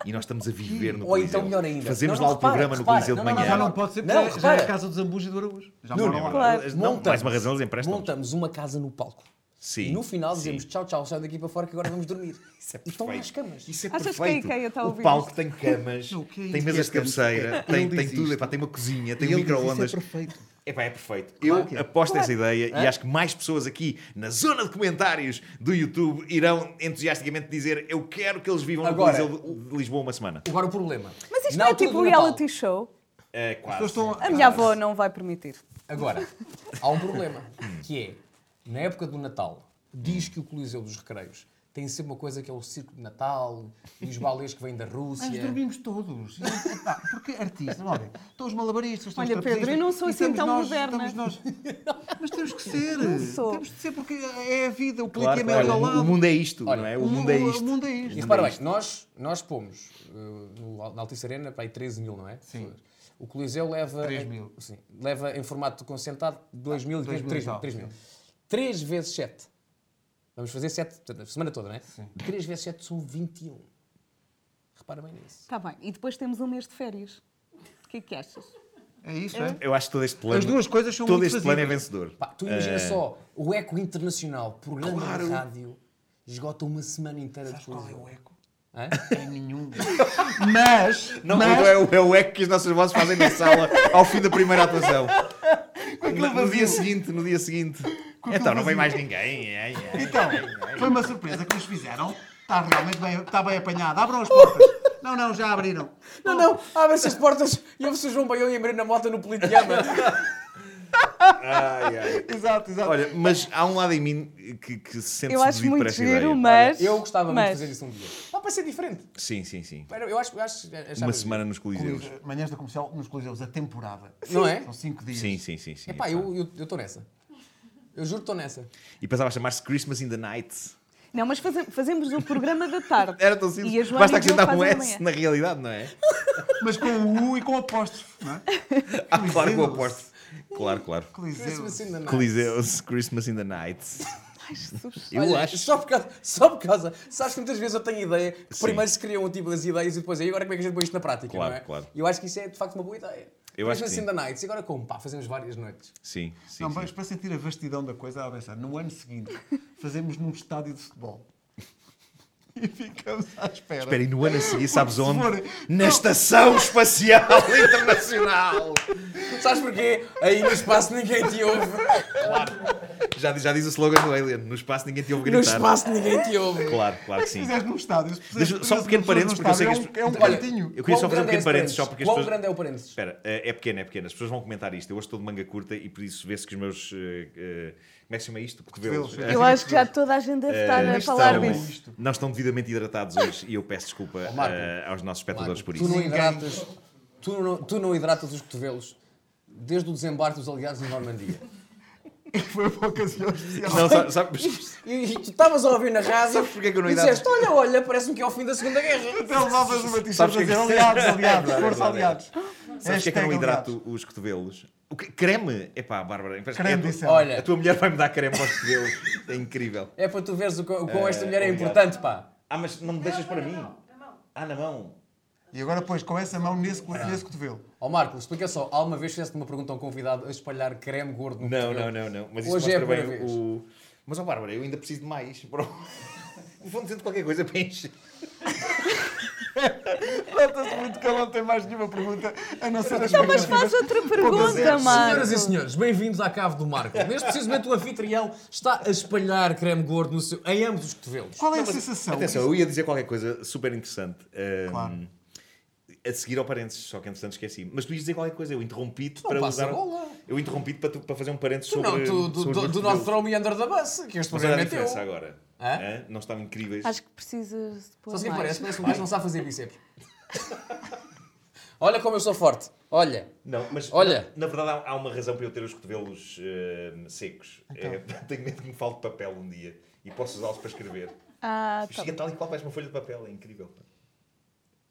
S3: e nós estamos a viver no
S2: Ou
S3: Coliseu.
S2: então melhor ainda.
S3: Fazemos
S2: Não, não,
S3: lá o
S2: repara,
S3: programa
S2: repara.
S3: no Coliseu
S2: Não,
S3: de
S2: não, não,
S3: manhã.
S5: Já não pode ser, porque
S2: Não,
S5: já- já
S2: repara.
S5: é a casa dos Zambuja e do Araújo. Já
S3: Não,
S5: moram lá.
S3: não,
S6: Claro.
S3: não, mais uma razão eles
S2: Montamos
S3: emprestam
S2: uma casa no palco.
S3: Sim,
S2: E no final
S3: sim.
S2: dizemos tchau, tchau, sai daqui para fora que agora vamos dormir.
S3: Isso é
S2: e estão lá
S3: perfeito.
S2: as camas.
S3: Isso é
S6: Achas que a
S3: perfeito.
S6: IKEA está a
S3: o
S6: ouvir
S3: palco tem camas,
S5: Não, o que é
S3: tem
S5: isso?
S3: mesas de
S5: Que é tanto?
S3: cabeceira,
S5: Ele
S3: tem,
S5: diz
S3: tem tudo,
S5: isto.
S3: epá, tem uma cozinha,
S5: E
S3: tem um
S5: ele diz,
S3: micro-ondas.
S5: Isso é perfeito.
S3: Epá, é perfeito.
S5: Claro
S3: Eu
S5: que é.
S3: aposto essa ideia e
S2: Hã?
S3: acho que mais pessoas aqui na zona de comentários do YouTube irão entusiasticamente dizer eu quero que eles vivam
S2: Agora-
S3: no Coliseu de- de Lisboa uma semana.
S2: Agora o problema.
S6: Mas isto
S2: Na
S6: não é
S2: altura
S6: tipo
S2: do Natal-
S6: reality show.
S3: É, quase.
S5: pessoas estão a-
S6: A minha avó não vai permitir.
S2: Agora, há um problema,
S3: Hum.
S2: que é, na época do Natal, diz que o Coliseu dos Recreios tem sempre uma coisa que é o circo de Natal e os balés que vêm da Rússia.
S5: Nós dormimos todos. Epá, Porque artistas, vamos lá ver. Estão os malabaristas, estão os
S6: Olha, Pedro,
S5: trapezistas,
S6: eu não sou
S5: e
S6: assim
S5: estamos
S6: tão
S5: nós-
S6: moderna.
S5: estamos nós- Mas temos que ser.
S6: sou.
S5: Temos de ser porque é a vida, o político
S3: Claro,
S5: é meio ao
S3: claro, o
S5: lado.
S3: mundo é isto,
S2: Olha,
S3: não é? O mundo é
S5: O
S3: isto.
S5: mundo é
S2: E
S5: isto.
S2: repara bem, nós, nós pomos uh, no- na Altice Arena para aí 13 mil, não é? Sim. O Coliseu leva.
S5: 3
S2: em-
S5: mil.
S2: Sim, leva em formato concentrado 2 mil e 3
S5: dois mil e
S2: Ah, mil. então,
S5: tal,
S2: 3 mil.
S5: sim.
S2: 3 vezes 7. Vamos fazer 7, portanto, a semana toda, não é? Sim. 3 vezes 7 são 21. Repara bem nisso.
S6: Está bem. E depois temos um mês de férias. O que é que achas?
S5: É isso, é?
S3: Eu acho que todo este plano,
S5: As duas coisas são
S3: todo
S5: muito
S3: este plano é
S5: fazíveis.
S3: vencedor.
S2: Pá, tu imagina só, o eco internacional, programa de rádio, esgota uma semana inteira de
S5: Qual é
S2: Coliseu.
S5: o eco?
S2: Hã?
S5: É nenhum. Mas,
S3: Não,
S5: mas,
S3: é, o, é o eco que as nossas vozes fazem na sala ao fim da primeira atuação. No, no dia seguinte, no dia seguinte. Então, não vem mais ninguém. É, Ai, ai.
S5: Então,
S3: é?
S5: foi uma surpresa que nos fizeram. Está realmente bem, está bem apanhada. Abram as portas. Não, não, já abriram.
S2: Não, não, abrem-se as portas e ouve-se o João Baião e a Marina Mota no Politeama.
S3: Ai, ai.
S5: Exato, exato.
S3: Olha, mas há um lado em mim que, que se sente
S6: Eu acho
S3: seduzido por
S6: muito
S3: esta
S6: giro,
S3: ideia.
S6: mas.
S2: Eu gostava muito de
S6: mas-
S2: fazer isso um dia. Só para ser diferente.
S3: Sim, sim, sim.
S2: Era- Eu acho, eu acho, achava-
S3: Uma semana nos coliseus.
S5: Manhãs da comercial nos Coliseus, a temporada.
S2: Não é?
S5: São cinco dias.
S3: Sim, sim, sim. sim
S2: Epá, eu estou eu, tô nessa. Eu juro que estou nessa.
S3: E pensava a chamar-se Christmas in the Night.
S6: Não, mas faze- fazemos o programa da tarde.
S3: Era tão
S6: E a
S3: simples.
S6: Joana
S3: Basta
S6: e o Diogo
S3: acrescentar um
S6: fazem
S3: S
S6: amanhã.
S3: na realidade, não é?
S5: Mas com o U e com apóstrofe, não é?
S3: Ah, claro que eu
S5: Coliseus.
S3: aposto. Claro, claro.
S2: Christmas
S3: assim,
S5: Coliseus.
S2: in the night.
S3: Coliseus, Christmas in the Night.
S6: Ai, Jesus.
S3: Eu
S2: Olha,
S3: acho.
S2: Só por, causa, só por causa. Sabes que muitas vezes eu tenho ideia que
S3: Sim.
S2: primeiro se criam um tipo das ideias e depois aí agora como é que a gente põe isto na prática,
S3: Claro,
S2: não é?
S3: claro.
S2: E eu acho que isso é de facto uma boa ideia.
S3: Eu acho que
S2: Christmas
S3: sim.
S2: in the nights. E agora como? Pá, fazemos várias noites.
S3: Sim, sim.
S5: Não,
S3: sim.
S5: mas para sentir a vastidão da coisa, a pensar, no ano seguinte, fazemos num estádio de futebol. E ficamos à espera.
S3: Espera, e no ano a seguir, sabes onde?
S5: for-
S3: Na Estação Espacial Internacional!
S2: Sabes porquê? Aí no espaço ninguém te ouve.
S3: já, diz- já diz o slogan do Alien: no espaço ninguém te ouve
S2: No
S3: gritar.
S2: espaço ninguém te ouve.
S3: Claro, claro que
S5: Se
S3: sim.
S5: fizeres num estádio, se
S3: Deixa-
S5: puseres-
S3: só um pequeno
S5: puseres
S3: parênteses, porque
S5: pessoas
S3: eu sei
S5: num
S3: que
S5: estádio, é um, é um
S2: Olha,
S5: cantinho.
S3: Eu queria
S2: Quão
S3: só fazer um
S2: grande é
S3: pequeno
S2: esse
S3: parênteses, só porque as
S2: Quão
S3: pessoas.
S2: grande é o parênteses?
S3: Espera, eh, é pequeno, é pequeno. As pessoas vão comentar isto. Eu hoje estou de manga curta e por isso vê-se que os meus. eh, eh, como é que se chama isto? Cotovelos.
S5: Cotovelos,
S3: eh,
S6: Eu acho que já toda a gente deve estar
S3: eh,
S6: a falar
S3: estão-
S6: disso.
S3: Não estão devidamente hidratados hoje e eu peço desculpa
S2: Oh, Marco.
S3: eh, aos nossos espectadores por
S2: Tu
S3: isso.
S2: não hidratas, tu não, tu não hidratas os cotovelos desde o desembarque dos aliados em Normandia.
S5: Foi uma ocasião especial.
S3: Não, sa- sabes?
S2: E, e tu estavas a ouvir na rádio
S3: Sabes porquê que eu não
S2: e disseste,
S3: hidrato?
S2: olha, olha, parece-me que é o fim da Segunda Guerra.
S5: Até levavas uma t-shirt a
S3: Sabes que é que-
S5: dizer aliados,
S3: Verdade,
S5: aliados, força
S3: verdade.
S5: aliados.
S3: Sabes porque é que eu não
S2: um
S5: Hashtag
S3: hidrato
S5: aliados.
S3: os cotovelos? O que- creme? Epá, Bárbara. parece que
S5: Creme,
S3: é a,
S5: disse
S3: tua,
S5: ela.
S2: Olha.
S3: a tua mulher vai me dar creme aos cotovelos. É incrível.
S2: É para tu veres o quão, o quão esta mulher é
S3: obrigado.
S2: importante, pá.
S3: Ah, mas não me deixas para mim? Ah, na mão.
S5: E agora pões com essa mão nesse, co- nesse cotovelo.
S2: Ó Marco, explica só, alguma vez fizeste uma pergunta a um convidado a espalhar creme gordo no
S3: Não,
S2: cotovelo?
S3: não, não, não. Mas isso
S2: Hoje é a
S3: mostra bem
S2: primeira vez.
S3: o. Mas, ó Bárbara, eu ainda preciso de mais. Bro. Vão dizendo qualquer coisa para encher.
S5: Nota-se muito que ele não tem mais nenhuma pergunta a não ser das
S6: Então,
S3: é
S6: mas faz outra pergunta, Marco.
S2: Senhoras e senhores, bem-vindos à Cave do Marco. Neste preciso momento o anfitrião está a espalhar creme gordo no seu, em ambos os cotovelos.
S5: Qual é a sensação?
S3: Atenção, eu ia dizer qualquer coisa super interessante. ahm,
S5: Claro.
S3: A seguir ao parênteses, só que entretanto esqueci. Mas tu ias dizer qualquer coisa, eu interrompi-te
S2: Não
S3: para
S2: passa
S3: usar. um
S2: bola.
S3: Eu interrompi-te para, tu- para fazer um parênteses
S2: Tu
S3: sobre.
S2: não, tu, do,
S3: sobre
S2: do, do
S3: os cotovelos.
S2: Not Throw Me Under the Bus, que este
S3: Mas
S2: programa é
S3: olha a
S2: teu.
S3: diferença agora.
S2: Hã?
S3: Hã? Não estavam incríveis.
S6: Acho que precisas de
S3: assim
S6: pôr
S2: Só sei que
S6: mais.
S2: parece, parece que um gajo não sabe fazer bíceps. Olha como eu sou forte. Olha.
S3: Não, mas
S2: Olha.
S3: na, na verdade há, há uma razão para eu ter os cotovelos ahm, secos.
S2: Então.
S3: É, tenho medo que me falte papel um dia e posso usá-los para escrever.
S6: Ah, tá.
S3: Chega tal e qual parece uma folha de papel, é incrível. pá.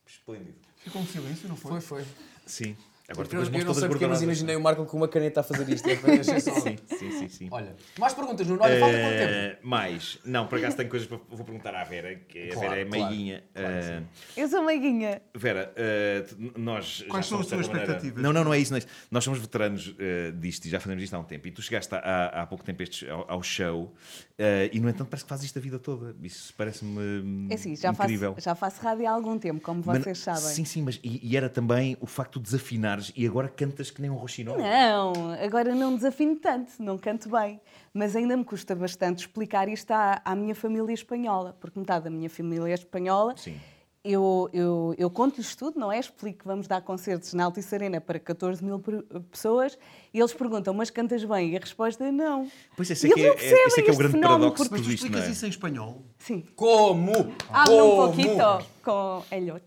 S3: Esplêndido.
S5: Ficou um silêncio, não
S2: Foi,
S5: foi?
S2: foi.
S3: Sim. Agora
S2: Eu,
S3: ficas mãos
S2: eu não
S3: todas
S2: sei porque, mas
S3: bordonadas.
S2: imaginei o Marco com uma caneta a fazer isto. É, foi- achei só-
S3: Sim, sim, sim.
S2: Olha, mais perguntas, Nuno. Olha, falta quanto tempo?
S3: Eh, mais, não, por acaso tenho coisas para vou perguntar à Vera, que a
S2: Claro,
S3: Vera é
S2: claro.
S3: meiguinha.
S2: Claro,
S3: Eh,
S6: Eu sou meiguinha.
S3: Vera, eh, t- n- nós. já
S5: Quais são
S3: somos,
S5: as
S3: de certa
S5: tuas
S3: maneira-
S5: expectativas?
S3: Não, não, não é isso, não é isso. Nós somos veteranos eh, disto e já fazemos isto há um tempo. E tu chegaste há- há, há pouco tempo estes, ao, ao show eh, e, no entanto, parece que fazes isto a vida toda. Isso parece-me hum,
S6: É assim, já
S3: incrível.
S6: faço, já faço rádio há algum tempo, como
S3: Mas-
S6: vocês sabem.
S3: Sim, sim, mas e, e era também o facto de desafinares e agora cantas que nem um roxinol.
S6: Não, agora não desafino tanto, não canto bem. Mas ainda me custa bastante explicar isto à, à minha família espanhola, porque metade da minha família é espanhola.
S3: Sim.
S6: Eu, eu, eu conto-lhes tudo, não é? Explico que vamos dar concertos na Altice Arena para 14 mil per- pessoas e eles perguntam, mas cantas bem? E a resposta é não.
S3: Pois esse
S6: E
S3: é que
S6: eles não
S3: é- é, esse é,
S6: percebem
S3: que é o
S6: este
S3: grande
S6: fenómeno,
S3: paradoxo de
S5: Mas tu
S3: tudo isto, não
S5: explicas
S3: é?
S5: isso em espanhol?
S6: Sim.
S2: Como?
S6: Hablo um poquito com ellos.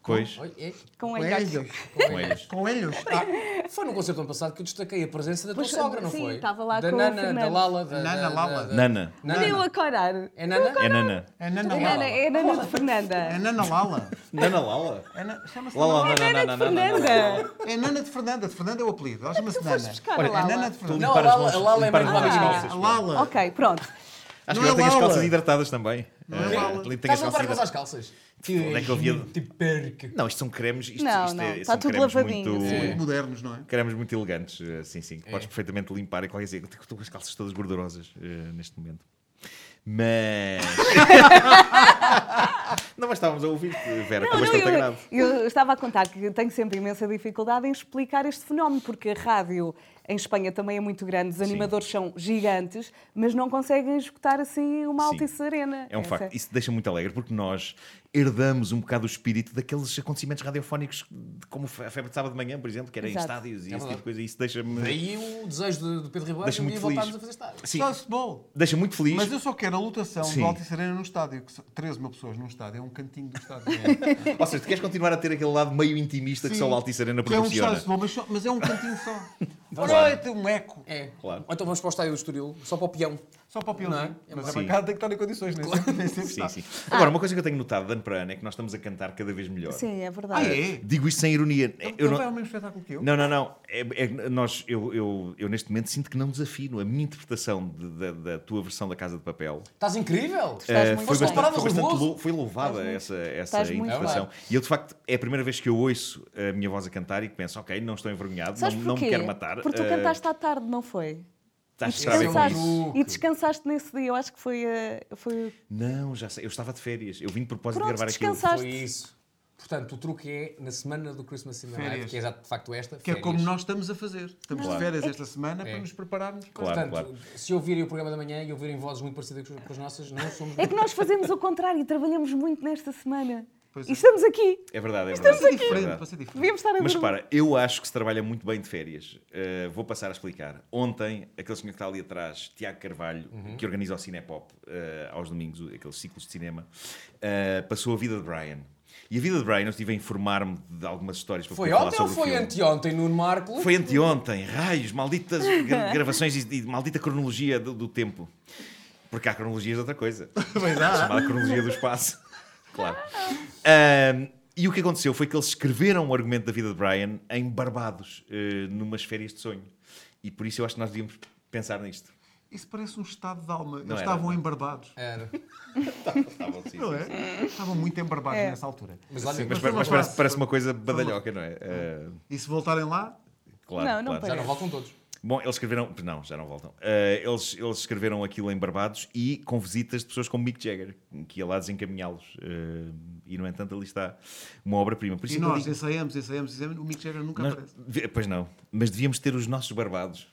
S3: Pois,
S2: Oi, é,
S6: Com
S5: Com
S6: ellos.
S5: elhos.
S3: com eles.
S5: Com elhos. tá?
S2: Ah, foi no concerto ano passado que eu destaquei a presença da tua
S6: Pois,
S2: sogra, não
S6: sim,
S2: foi?
S6: estava lá
S2: da
S6: com o
S2: Nana, da
S6: Fernando.
S2: Lala. Da,
S5: Nana
S2: da-
S5: Lala.
S2: da-
S3: Nana,
S2: Nana.
S6: Deu a corar.
S2: É Nana?
S3: é Nana.
S5: É Nana
S6: É Nana,
S5: Lala.
S6: é Nana de
S5: É
S6: Fernanda.
S5: Nana Lala.
S3: Nana Lala?
S5: É na- Chama-se Nana.
S3: Lala, Nana,
S6: É Nana
S3: Nana,
S6: de
S3: Nana.
S6: Fernanda.
S5: É Nana de Fernanda. De Fernanda é o apelido. Ela chama-se Nana.
S6: Então buscar a
S5: é
S6: Lala.
S5: Nana de Fernanda.
S2: Não, a Lala, a Lala é
S3: Limpar
S2: mais uma
S3: as mãos e
S6: Ah.
S3: calças.
S5: Lala.
S6: Ok, pronto.
S3: Acho
S5: Não
S3: que
S5: é
S3: ela tem as
S5: Lala.
S3: calças hidratadas também.
S5: Não é
S3: Eh,
S5: Lala.
S3: ele
S6: Tá
S3: tem as
S2: Estás a
S3: calças
S2: levar com as
S3: hidratadas.
S2: calças?
S3: Onde é que eu via-
S2: Tipo perca.
S3: Não, isto são cremes. Isto,
S6: Não,
S3: isto
S6: não,
S3: É,
S6: está
S3: são
S6: tudo
S3: cremes
S6: lavadinho, É.
S3: muito,
S5: Muito modernos, não é?
S3: Cremes muito elegantes, eh, sim, sim. Que podes perfeitamente limpar e qualquer coisa. Eu estou com as calças todas gordurosas eh, neste momento. Mas. não, mas estávamos a ouvir-te, Vera, com bastante
S6: eu,
S3: agrado.
S6: eu estava a contar que eu tenho sempre imensa dificuldade em explicar este fenómeno, porque a rádio em Espanha também é muito grande, os animadores são gigantes, mas não conseguem escutar assim uma
S3: Sim.
S6: Altice Arena.
S3: É um
S6: Essa-
S3: facto. Isso deixa muito alegre, porque nós herdamos um bocado o espírito daqueles acontecimentos radiofónicos, de- como a febre de sábado de manhã, por exemplo, que era em
S6: Exato.
S3: estádios
S5: É
S3: e esse
S2: verdade.
S3: tipo de coisa. Isso deixa-me.
S2: Daí o desejo de- do Pedro Ribeiro de um
S3: Deixa-me
S2: dia
S3: muito
S2: voltarmos
S3: feliz.
S2: a fazer estádio.
S3: Sim,
S5: Softball.
S3: deixa muito feliz.
S5: Mas eu só quero a lotação
S3: Sim.
S5: do Altice Arena no estádio, que são 13 mil pessoas num estádio, é um cantinho do estádio.
S3: Ou seja, tu queres continuar a ter aquele lado meio intimista que
S5: é Sim.
S3: só o Altice Arena
S5: Que é um estádio de
S3: proporciona.
S5: futebol, mas, só- mas é um cantinho só.
S2: Vamos lá.
S5: Olha, tem um eco.
S2: É.
S3: Claro.
S2: Ou então vamos para o estádio do Estoril, só para o peão.
S5: Só para o
S2: Não é?
S5: piloto.
S2: É
S5: Mas a
S2: uma-
S5: bancada tem que estar em condições, nem sempre, nem sempre
S3: Sim,
S5: está.
S3: sim. Agora, uma coisa que eu tenho notado de ano para ano é que nós estamos a cantar cada vez melhor.
S6: Sim, é
S5: Ah,
S6: verdade.
S5: é?
S3: Digo isto sem ironia.
S5: Ele
S3: Eu
S5: não... Então é um vai
S3: não,
S5: ao mesmo espetáculo que eu?
S3: não, não. não. É- é- nós, eu, eu, eu neste momento sinto que não desafino. A minha interpretação de- da, da tua versão da Casa de Papel
S2: Estás incrível!
S6: Estás
S3: eh, foi,
S6: muito bem.
S2: Foste
S3: bastante,
S2: comparado
S3: foi,
S2: ao
S3: bastante
S2: Ruboso.
S3: lou- foi louvada essa, essa
S6: estás muito
S3: interpretação.
S2: bem.
S3: E eu, de facto, é a primeira vez que eu ouço a minha voz a cantar e que penso, ok, não estou envergonhado, não,
S6: Sabes
S3: não me
S6: porquê?
S3: quero matar.
S6: Porque tu
S3: eh,
S6: cantaste à tarde, não foi?
S3: estás
S6: E
S3: a ver com
S6: descansaste-
S3: isso.
S2: isso.
S6: E descansaste nesse dia, eu acho que foi. eh, foi
S3: Não, já sei. Eu estava de férias. Eu vim de propósito
S6: Pronto,
S3: de gravar aquilo.
S6: descansaste.
S2: Foi isso. Portanto, o truque é, na semana do Christmas in the Night,
S5: Férias.
S2: que é já de facto esta,
S5: Que é
S2: férias.
S5: como nós estamos a fazer. Estamos
S3: Claro.
S5: de férias esta semana
S2: É.
S5: para nos prepararmos. para-
S3: Claro,
S2: Portanto,
S3: claro.
S2: se ouvirem o programa da manhã e ouvirem vozes muito parecidas com com as nossas, não somos...
S6: é que nós fazemos o contrário, trabalhamos muito nesta semana.
S5: Pois
S6: E
S5: é.
S6: estamos aqui.
S3: É verdade, é
S5: Para
S3: verdade.
S5: ser
S3: É
S5: diferente,
S3: verdade.
S5: para ser diferente.
S6: Devíamos estar a
S3: Mas
S6: dormir.
S3: repara, eu acho que se trabalha muito bem de férias. Uh, vou passar a explicar. Ontem, aquele senhor que está ali atrás, Tiago Carvalho,
S2: Uhum.
S3: que organiza o Cinepop uh, aos domingos, aqueles ciclos de cinema, uh, passou a vida de Brian. E a vida de Brian, eu estive a informar-me de algumas histórias para
S2: Foi
S3: poder falar
S2: ontem ou
S3: sobre o
S2: foi
S3: filme.
S2: anteontem, Nuno Marco?
S3: Foi anteontem, raios, malditas gra- gravações e, e maldita cronologia do, do tempo. Porque há cronologias de outra coisa. Pois há. Chamada cronologia do espaço. Claro. Ahm, e o que aconteceu foi que eles escreveram o argumento da vida de Brian em Barbados, eh, numas férias de sonho. E por isso eu acho que nós devíamos pensar nisto.
S5: Isso parece um estado de alma. Eles
S3: era.
S5: estavam embarbados.
S2: Era.
S3: Tá bom, sim,
S5: Não
S3: sim.
S5: é? Estavam muito embarbados
S2: É.
S5: nessa altura.
S2: Mas olha,
S3: Sim,
S2: mas
S3: mas, pare-
S5: foi uma
S3: mas parece,
S5: classe.
S3: parece uma coisa badalhoca, não é? Eh,
S5: E se voltarem lá,
S3: claro,
S6: Não, não
S3: claro.
S2: já não voltam todos.
S3: Bom, eles escreveram. Não, já não voltam. Eh, eles, eles escreveram aquilo em Barbados e com visitas de pessoas como Mick Jagger, que ia lá desencaminhá-los. Eh, e, no entanto, ali está uma obra-prima. Por isso
S5: e
S3: é que eu
S5: nós
S3: digo-
S5: ensaiamos, ensaiamos, ensaiamos, o Mick Jagger nunca
S3: nós-
S5: aparece.
S3: vi- Pois não, mas devíamos ter os nossos Barbados.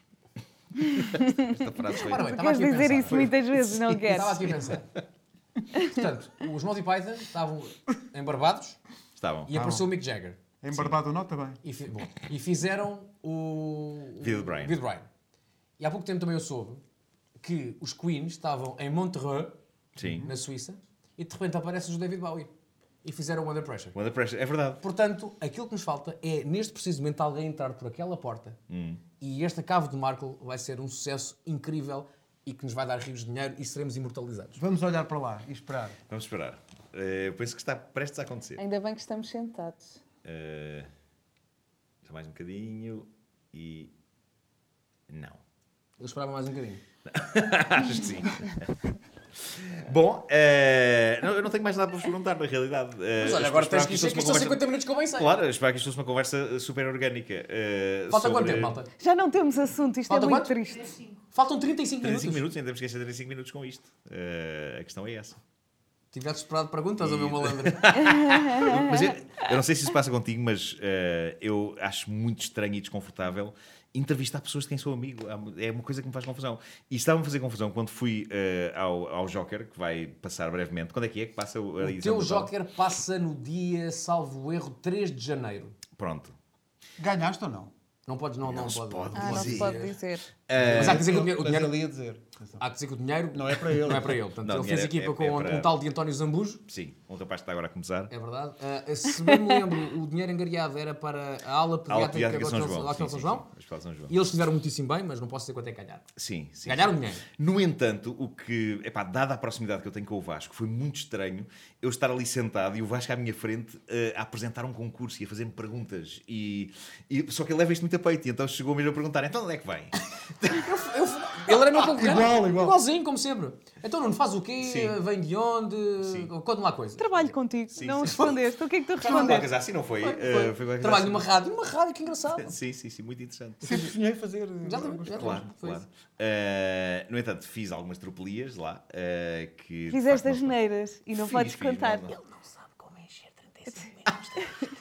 S3: Esta frase foi.
S2: Ora bem,
S6: Tu
S2: estava
S6: queres
S2: aqui a
S6: dizer
S2: pensar.
S6: isso muitas vezes, não queres?
S2: Estava aqui a pensar. Portanto, os Monty Python estavam embarbados
S3: Estavam.
S2: e apareceu o Mick Jagger.
S5: Embarbado ou não, também.
S2: E, fi- bom, e fizeram o. o-
S3: Vida de Brian.
S2: Vida de Brian. E há pouco tempo também eu soube que os Queens estavam em Montreux,
S3: Sim.
S2: na Suíça, e de repente aparecem os David Bowie. E fizeram o Under Pressure.
S3: Under Pressure. É verdade.
S2: Portanto, aquilo que nos falta é, neste preciso momento, alguém entrar por aquela porta
S3: Hum.
S2: e este Cavo do Marco vai ser um sucesso incrível e que nos vai dar rios de dinheiro e seremos imortalizados.
S5: Vamos olhar para lá e esperar.
S3: Vamos esperar.
S2: É.
S3: Eh, eu penso que está prestes a acontecer.
S6: Ainda bem que estamos sentados.
S3: Eh, já mais um bocadinho e. Não.
S2: Eu esperava mais um bocadinho.
S3: Acho que sim. Bom, eh, não- eu não tenho mais nada para vos perguntar, na realidade. Eh,
S2: Mas
S3: eu
S2: olha, agora tens
S3: esperava
S2: que
S3: isto
S2: isto que
S3: fosse uma
S2: isto é são
S3: conversa-
S2: 50 minutos que eu bem sei.
S3: Claro, eu esperava que isto fosse uma conversa eh, super orgânica. eh,
S2: Falta quanto
S3: sobre-
S2: tempo, malta?
S6: Já não temos assunto, isto
S2: Falta
S6: é muito
S2: quanto?
S6: triste.
S2: Faltam 35 minutos.
S3: 35 minutos, ainda temos que gastar 35 minutos com isto. Eh, a questão é essa.
S2: Tiveste esperado perguntas, ao meu malandro. Ah,
S3: Mas eu, eu não sei se isso passa contigo, mas eh, eu acho muito estranho e desconfortável entrevistar pessoas de quem sou amigo. Há- É uma coisa que me faz confusão. E estava-me a fazer confusão quando fui eh, ao, ao Joker, que vai passar brevemente. Quando é que é que passa o- a
S2: O
S3: edição
S2: teu
S3: do Joker?
S2: Joker passa no dia, salvo erro, 3 de janeiro.
S3: Pronto.
S5: Ganhaste ou não?
S2: Não podes, não, não,
S3: se
S2: pode.
S3: pode
S4: Ah, não se
S3: dizer.
S4: pode dizer.
S2: Mas há
S3: É
S2: que dizer que o dinheiro- o dinheiro
S5: Estás ali a dizer. Atenção.
S2: Há que dizer que o dinheiro
S5: Não é para ele.
S2: Não é para ele. Portanto,
S3: Não,
S2: ele
S3: dinheiro
S2: fez
S3: é-
S2: equipa
S3: é-
S2: com
S3: é
S2: um-
S3: para-
S2: um tal de António Zambujo,
S3: Sim, um rapaz que está agora a começar.
S2: é verdade. Ah, se bem me lembro, o dinheiro angariado era para a aula
S3: Há o
S2: pediátrica
S3: Pediátrica
S2: do Hospital
S3: São João.
S2: do Hospital São
S3: Sim, sim,
S2: João.
S3: sim, Hospital São João.
S2: E eles fizeram muitíssimo bem, mas não posso dizer quanto é que ganharam.
S3: Sim, sim.
S2: Ganharam
S3: sim.
S2: dinheiro.
S3: No entanto, o que, epá, dada a proximidade que eu tenho com o Vasco, foi muito estranho eu estar ali sentado e o Vasco à minha frente eh, a apresentar um concurso e a fazer-me perguntas. E, e- só que ele leva isto muito a peito, e então chegou mesmo a perguntar: então de onde é que vem?
S2: Eu- ele era meu concorrente.
S5: Igual, igual.
S2: Igualzinho, como sempre. Então, Nuno, faz o quê?
S3: Sim.
S2: Vem de onde?
S3: Sim.
S2: Conta-me lá coisa.
S6: Trabalho contigo,
S3: Sim,
S6: não
S3: sim.
S6: respondeste. O que é que tu
S3: Foi uma
S6: respondeste?
S3: coisa assim, não foi? Eh, foi qualquer coisa
S2: Trabalho
S3: assim.
S2: numa rádio. Numa rádio, que engraçado.
S3: Sim, sim, sim, muito interessante.
S5: Sempre sonhei fazer. eh,
S2: Exatamente, exatamente.
S3: Claro,
S2: Foi
S3: claro.
S2: isso.
S3: Eh, no entanto, fiz algumas tropelias lá. eh, que de
S6: Fizeste
S3: facto não
S6: as
S3: foram-
S6: neiras e não
S3: Fiz,
S6: podes
S3: fiz,
S6: contar.
S3: não, não.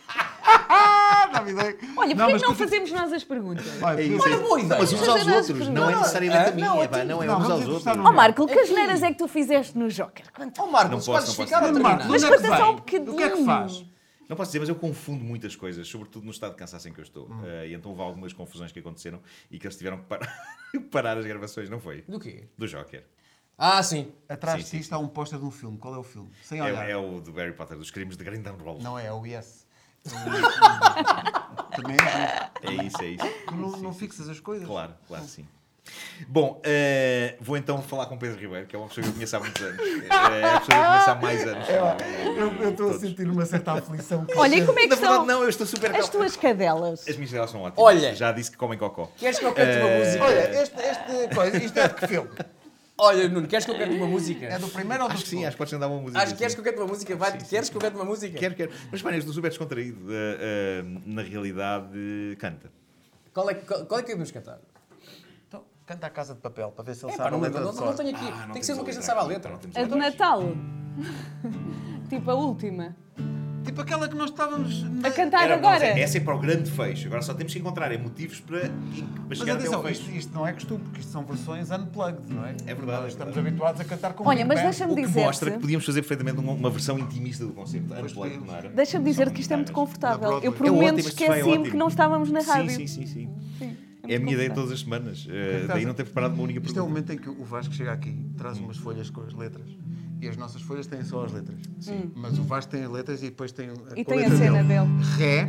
S5: Ah, já me dei.
S6: Olha,
S5: Não,
S6: porquê
S5: mas
S6: que não
S5: tu-
S6: fazemos nós as perguntas?
S5: Olha,
S3: É
S5: eu-
S3: isso, é
S2: Olha,
S3: isso.
S2: boa ideia.
S3: Mas uns
S6: Fazer
S3: aos
S6: as Ah,
S3: outros, não é
S6: perguntas.
S3: necessariamente a mim,
S2: não,
S3: é
S6: então
S3: pá, não é
S5: Não,
S3: uns
S5: vamos
S3: aos
S5: entrevistar
S3: outros.
S5: um
S6: Ó
S2: Oh,
S5: Não.
S6: Oh, Marco, que asneiras é que tu fizeste no Joker? Conta.
S2: Ó Marco,
S3: Não
S2: se
S3: posso,
S2: oh, podes
S3: não posso.
S2: ficar ou
S5: Grande Marco,
S2: terminar.
S6: Mas
S5: onde é que
S6: conta só um
S5: vem? O que é que
S6: bocadinho.
S5: faz?
S3: Não posso dizer, mas eu confundo muitas coisas, sobretudo no estado de cansaço em que eu estou.
S5: Hum.
S3: Eh, e então houve algumas confusões que aconteceram e que eles tiveram que parar, parar as gravações, não foi?
S2: Do quê?
S3: Do Joker.
S2: Ah, sim.
S5: Atrás
S3: Sim,
S5: de ti está um póster de um filme. Qual é o filme? Sem
S3: É,
S5: olhar.
S3: é o do Harry Potter, dos crimes de Grindelwald.
S5: Não é, é o Yes. Também é.
S3: É isso, é isso.
S5: Tu não,
S3: Sim,
S5: não Ah.
S3: sim,
S5: fixas as coisas?
S3: Claro, claro, que sim. Bom, eh, vou então falar com o Pedro Ribeiro, que é uma pessoa que eu conheço há muitos anos. É a pessoa que eu conheço há mais anos.
S5: É, Eu estou a sentir uma certa aflição.
S6: Olha, e como é
S3: Na
S6: que
S3: verdade,
S6: são
S3: não, eu estou super
S6: as tuas cadelas?
S3: As minhas ideias são ótimas.
S2: Olha.
S3: Já disse que comem cocó.
S2: Queres que eu cante
S3: Eh,
S2: uma música?
S5: Olha, este, este coisa, isto é de que filme?
S2: Olha, Nuno, queres que eu cante uma música?
S5: É do primeiro ou do
S3: Acho que sim,
S5: segundo?
S3: acho que podes andar uma música. assim.
S2: Acho que queres
S3: sim.
S2: que eu cante uma música? Vai, queres que eu cante uma música?
S3: Quero, quero. Mas parece estou super descontraído. eh, eh, na realidade, canta.
S2: Qual é, que- qual, qual é que devemos cantar?
S5: Então, canta a Casa de Papel, para ver se ele
S2: É, pá,
S5: sabe
S2: não,
S5: a
S2: não,
S5: letra
S2: não,
S5: de
S2: não, não
S5: cor.
S2: tenho aqui.
S3: Ah, não
S2: Tem que
S3: temos
S2: ser uma que a
S3: letra
S2: gente saiba a
S3: aqui,
S2: letra.
S3: não temos
S6: A do
S3: letra aqui.
S6: É Natal? tipo a última.
S5: Tipo aquela que nós estávamos...
S6: A cantar
S3: Era-
S6: tá, agora?
S3: nós- essa é para o grande fecho. Agora só temos que encontrar é motivos para, para
S5: Mas
S3: chegar até o
S5: atenção,
S3: fecho.
S5: isto, isto não é costume, porque isto são versões unplugged, não é?
S3: É verdade, é
S5: Nós estamos
S3: verdade.
S5: habituados a cantar com
S6: Olha,
S5: Big
S6: mas
S5: Band.
S6: deixa-me
S3: O que mostra que
S6: dizer-te.
S3: podíamos fazer perfeitamente um- uma, uma versão intimista do concerto. Era plano, não era?
S6: Deixa-me dizer que isto é muito confortável. Eu pelo menos
S3: ótimo, isto vai
S6: esqueci-me
S3: ótimo.
S6: que não estávamos na rádio.
S3: é Sim, sim, sim. sim.
S6: muito
S3: É a minha ideia
S6: confortável.
S3: todas as semanas. Eh, daí não ter preparado uma única
S5: Isto é o
S3: pergunta.
S5: momento em que o Vasco chega aqui, traz umas folhas com as letras. E as nossas folhas têm só as letras. Sim. Mas o Vasco tem as letras e depois tem a,
S6: E
S5: com
S6: tem a
S5: letra
S6: cena dele.
S5: Ré,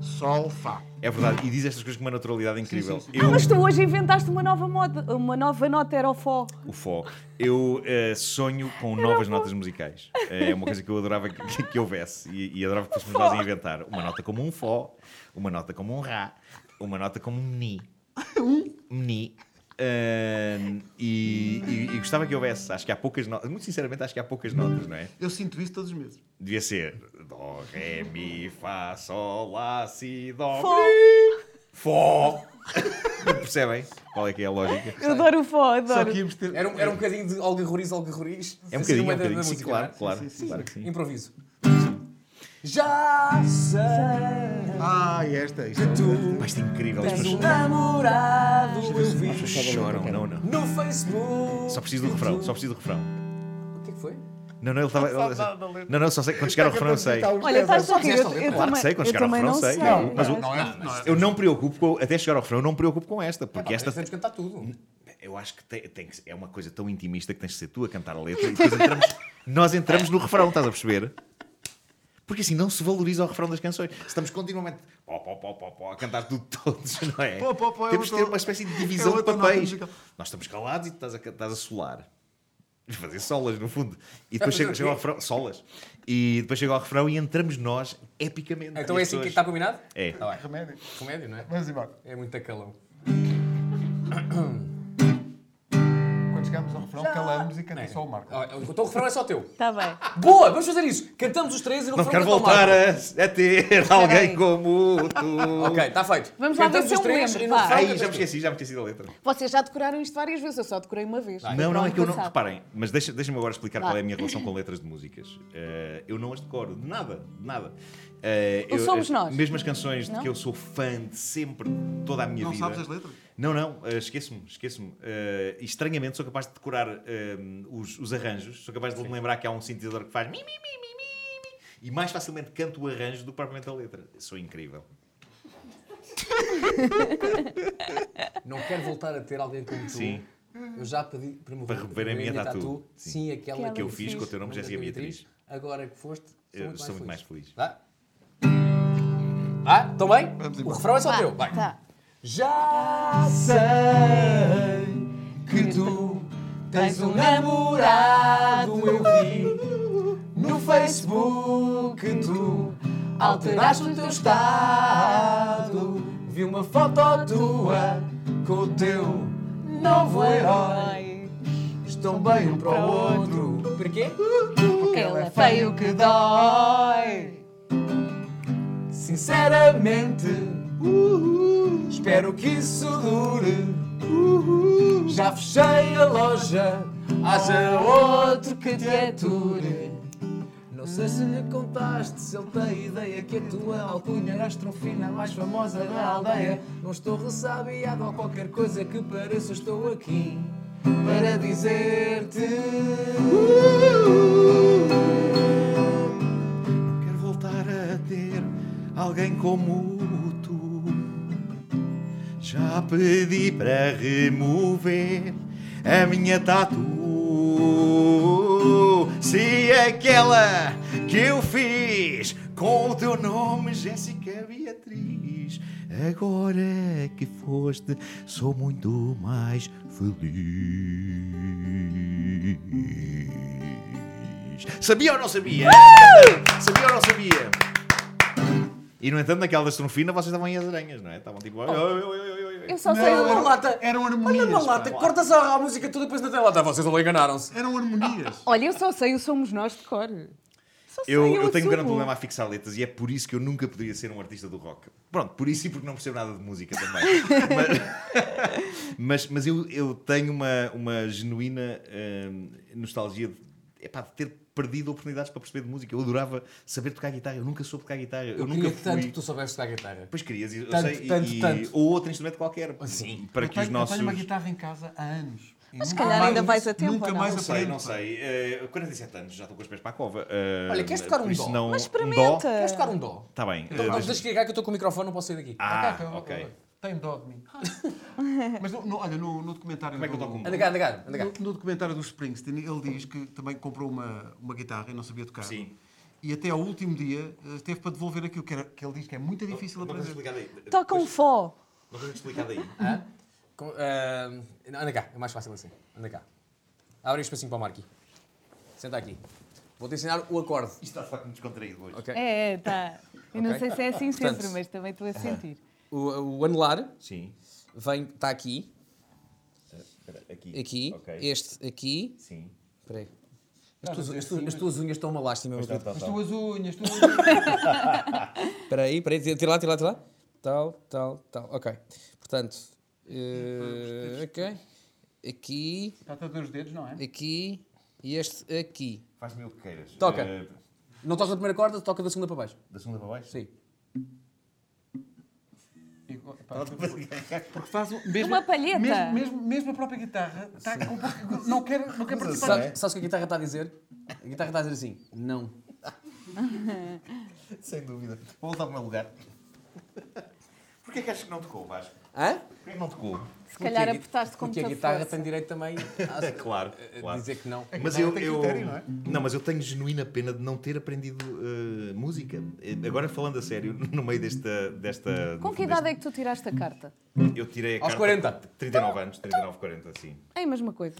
S5: Sol, Fá.
S3: É verdade. E diz estas coisas com uma naturalidade incrível.
S5: sim,
S6: Ah,
S3: Eu-
S6: mas tu hoje inventaste uma nova moda, uma nova nota aerofó.
S3: O fó. Eu eh, sonho com novas notas musicais. É uma coisa que eu adorava que, que- que houvesse e, e adorava que fôssemos nós a inventar. Uma nota como um fó, uma nota como um rá, uma nota como um ni.
S6: Um?
S3: Um Ni. Ahn, e, e- e gostava que houvesse. Acho que há poucas notas. Muito sinceramente, acho que há poucas notas, não é?
S5: Eu sinto isso todos os meses.
S3: Devia ser Dó, Ré, Mi, Fá, Sol, Lá, Si, Dó,
S6: Fó.
S3: Mi, Fó. Percebem qual é que é a lógica?
S6: Eu adoro o fó,
S5: Só
S6: adoro.
S5: que íamos ter.
S2: Era um, era um bocadinho de Olga Roriz, Olga Roriz.
S3: É um
S2: Assim,
S3: bocadinho,
S2: no
S3: é
S2: meio da-
S3: um
S2: da
S3: bocadinho. Sim,
S2: música,
S3: claro,
S2: não é?
S3: claro, claro que sim.
S2: Improviso. Já sei
S5: Ah, e esta, isto.
S2: tu
S3: Pá, isto é incrível. As
S2: tens um
S3: pessoas
S2: namorado, eu
S3: as pessoas
S2: vi
S3: choram. Não, não.
S2: no Facebook.
S3: Só preciso do refrão, só preciso do refrão.
S2: O que é que foi?
S3: Não, não, ele estava.
S5: Não sabe nada,
S3: ele-
S5: Lê.
S3: Não, não, só sei. Quando chegar ao refrão, eu sei.
S6: Olha, estás a rir.
S2: esta
S6: Eu,
S2: letra.
S3: Claro
S6: eu
S3: que
S6: também,
S3: sei, quando
S6: eu
S3: chegar ao
S6: também
S3: refrão,
S6: não
S3: sei.
S6: sei.
S3: Não, mas o- Ah,
S5: Não é? Não é?
S3: Eu não me preocupo com, até chegar ao refrão, eu não me preocupo com esta, porque
S2: Esta...
S3: esta.
S2: Temos que cantar tudo.
S3: Eu acho que, tem, tem que ser- é uma coisa tão intimista que tens de ser tu a cantar a letra e depois entramos, nós entramos no refrão, estás a perceber? Porque assim não se valoriza o refrão das canções. Estamos continuamente pó, pó, pó, pó, pó, a cantar tudo todos, não é?
S5: Pó, pó, pó, é
S3: Temos de
S5: outra-
S3: ter uma espécie de divisão
S5: é
S3: de
S5: outra nota
S3: papéis.
S5: musical.
S3: Nós estamos calados e tu estás a, ca- estás a solar. fazer solas, no fundo. E depois chega, chega ao refrão, solas. E depois chega ao refrão e entramos nós epicamente.
S2: Então
S3: E
S2: é assim
S3: as
S2: que
S3: pessoas-
S2: está combinado?
S3: É.
S2: Tá bem.
S5: Remédio.
S2: Remédio, não é?
S5: Vamos embora.
S2: É muito calão.
S5: Quando chegámos ao refrão, calamos e cantei só o Marco.
S2: é. O teu refrão é só teu.
S6: Está Tá bem.
S2: Boa, vamos fazer isso. Cantamos os três e no
S3: Não
S2: refrão
S3: quero
S2: canta o
S3: voltar
S2: Marco.
S3: a, a ter alguém
S6: Peraí.
S3: como tu.
S2: Ok, está feito.
S6: Vamos lá ver
S2: Cantamos
S6: se
S2: os
S6: eu
S2: três
S6: lembro,
S2: e no
S6: vá.
S2: refrão
S3: Ai,
S2: cantas
S3: já me
S2: tu.
S3: esqueci, já me esqueci da letra.
S6: Vocês já decoraram isto várias vezes, eu só decorei uma vez. Foi
S3: Não,
S6: para o
S3: não, é
S6: ano
S3: que eu não.
S6: passado.
S3: Reparem, mas deixa- deixa-me agora explicar
S6: Vá.
S3: qual é a minha relação com letras de músicas. Eh, eu não as decoro, de nada, de nada. Eh,
S6: O Somos
S3: as-
S6: Nós?
S3: Mesmo as canções de
S6: Não?
S3: que eu sou fã de sempre, toda a minha
S5: Não
S3: vida.
S5: sabes as letras?
S3: Não, não, eh, esqueço-me, esqueço-me. Eh, e estranhamente sou capaz de decorar eh, os, os arranjos, sou capaz de me lembrar que há um sintetizador que faz mi, mi, mi, mi, mi, mi, e mais facilmente canto o arranjo do que propriamente a letra. Sou incrível.
S2: Não quero voltar a ter alguém como tu.
S3: Sim.
S2: Eu já pedi para me
S3: Para rever a minha tatu.
S2: Sim,
S3: Sim.
S2: aquela
S6: Aquela é
S2: que,
S6: que eu
S3: fiz com o teu nome,
S2: Não
S3: Jéssica
S2: da
S3: Beatriz.
S2: Agora que foste, sou
S3: Eu
S2: muito,
S3: sou muito
S2: mais
S3: mais
S2: feliz.
S3: feliz.
S2: Vá? Ah, estão bem?
S5: Vamos
S2: o
S5: embora.
S2: refrão é só
S6: Vá,
S2: teu. Vai.
S6: tá.
S2: Já sei que tu tens um namorado, eu vi no Facebook que tu alteraste o teu estado. Vi uma foto tua com o teu novo herói.
S6: Ai,
S2: Estão bem um para o outro. Porquê?
S6: porque ele é feio que dói.
S2: Sinceramente, espero que isso dure. Já fechei a loja, haja outro que te ature. Não sei se lhe contaste, se ele tem ideia que a tua alcunha era a astrofina mais famosa da aldeia. Não estou ressabiado ou qualquer coisa que pareça, estou aqui para dizer-te.
S3: Não quero voltar a ter alguém como tu. Já pedi para remover a minha tatu. Se é aquela que eu fiz com o teu nome, Jéssica Beatriz. Agora que foste, sou muito mais feliz. Sabia ou não sabia? Sabia ou não sabia? E no entanto, naquela da estrofina, vocês estavam em as aranhas, não é? Estavam tipo. "Oi, oi, oi, oi, oi, oi."
S6: Eu só sei
S5: eram-
S6: uma.
S2: lata.
S5: Eram harmonias.
S2: Olha uma
S5: pá.
S2: lata, corta só a música toda e depois na tela. Tá, vocês ali enganaram-se.
S5: Eram harmonias.
S6: Olha, eu só sei o Somos Nós de cor. Só sei,
S3: Eu, eu tenho um
S6: assumo.
S3: grande problema a fixar letras e é por isso que eu nunca poderia ser um artista do rock. Pronto, por isso e porque não percebo nada de música também. mas, mas, mas eu, eu tenho uma, uma genuína hum, nostalgia de, epá, de ter perdido oportunidades para perceber de música. Eu adorava saber tocar guitarra, eu nunca soube tocar guitarra. Eu,
S2: Eu
S3: nunca
S2: queria
S3: fui.
S2: tanto que tu soubesses tocar guitarra.
S3: Pois querias, eu
S2: Tanto,
S3: sei, e-
S2: tanto,
S3: e-
S2: tanto.
S3: ou outro instrumento qualquer.
S2: Sim.
S3: Para
S5: Eu
S3: que
S5: tenho,
S3: os
S5: eu
S3: nossos.
S5: tenho uma guitarra em casa há anos. Mas
S6: se calhar ainda vais a tempo,
S5: Nunca
S6: ou não?
S5: mais
S3: Não sei,
S5: aprendo.
S3: não sei. Eh, 47 anos, já estou com os pés para a cova. Eh,
S2: Olha, queres tocar um
S3: por isso
S2: dó?
S3: Não,
S6: Mas
S3: Um
S6: experimenta.
S3: dó?
S2: Queres tocar um dó?
S3: Está bem. eh,
S2: Então, não,
S3: deixa-
S2: deixa chegar que eu estou com o microfone, não posso sair daqui.
S3: Ah,
S5: Tá, tá,
S3: ok.
S5: Tem dó de mim. Mas no- no- olha, no, no documentário.
S3: Como é que eu
S5: do-
S3: toco um
S2: Anda cá, anda cá, anda cá.
S5: No, no documentário do Springsteen, ele diz que também comprou uma, uma guitarra e não sabia tocar.
S3: Sim.
S5: E até ao último dia eh, teve para devolver aquilo que, era- que ele diz que é muito difícil
S3: Uma coisa
S5: aprender.
S3: explicada aí.
S6: Toca um fó.
S3: Uma coisa explicada aí. Ah,
S2: Hã? Com- ahm, anda cá, é mais fácil assim. Anda cá. Abre um espacinho para o Marqui. Senta aqui. Vou-te ensinar o acorde.
S3: Isto está a ficar muito descontraído hoje.
S2: Ok?
S6: É, é, tá. Eu não
S2: Ok.
S6: sei se é assim sempre,
S2: Portanto,
S6: mas também estou a sentir.
S2: O, o anelar
S3: Sim.
S2: vem, está aqui,
S3: Espera, Aqui.
S2: aqui,
S3: Ok.
S2: este aqui.
S3: Sim.
S2: Espera aí. As tuas, as tuas- as tuas unhas estão uma lástima,
S3: Tá,
S2: meu querido.
S5: As tuas unhas, tu... Mas
S2: Espera aí, espera aí, tira lá, tira lá, tira lá. Tal, tal, tal. Ok. Portanto, eh, ok. Aqui,
S5: Está a ver os dedos, não é?
S2: aqui e este aqui.
S3: Faz-me o que queiras.
S2: Toca.
S3: Eh,
S2: Não toca da primeira corda, toca da segunda para baixo.
S3: da segunda para baixo?
S2: Sim.
S5: E, pá, Porque faz o- mesmo,
S6: Uma palheta.
S5: Mesmo, mesmo, mesmo a própria guitarra está com pouco- não quer, não quer participar.
S6: é?
S2: Sabe- Sabes o que a guitarra está a dizer? A guitarra está a dizer assim, não.
S3: Sem dúvida. Vou voltar para o meu lugar. Porquê é que achas que não tocou, Vasco?
S2: Hã?
S3: Porquê é que não tocou?
S6: Se calhar
S2: Porque a gui-
S6: apertaste com
S2: Porque a
S6: muita
S2: guitarra
S6: força.
S2: tem direito também
S3: É
S2: a,
S3: claro,
S2: a
S3: claro.
S2: Eh, dizer que não.
S3: Mas
S5: Não,
S3: eu,
S5: tem
S3: eu-
S5: critério, não é?
S3: não, mas eu tenho genuína pena de não ter aprendido eh, música. Eh, Agora falando a sério, no meio desta desta
S6: Com que idade é que tu tiraste a carta?
S3: eu tirei a
S2: Aos
S3: carta-
S2: 40.
S6: Então,
S3: 39 anos, 39, 40, sim.
S6: É a mesma coisa.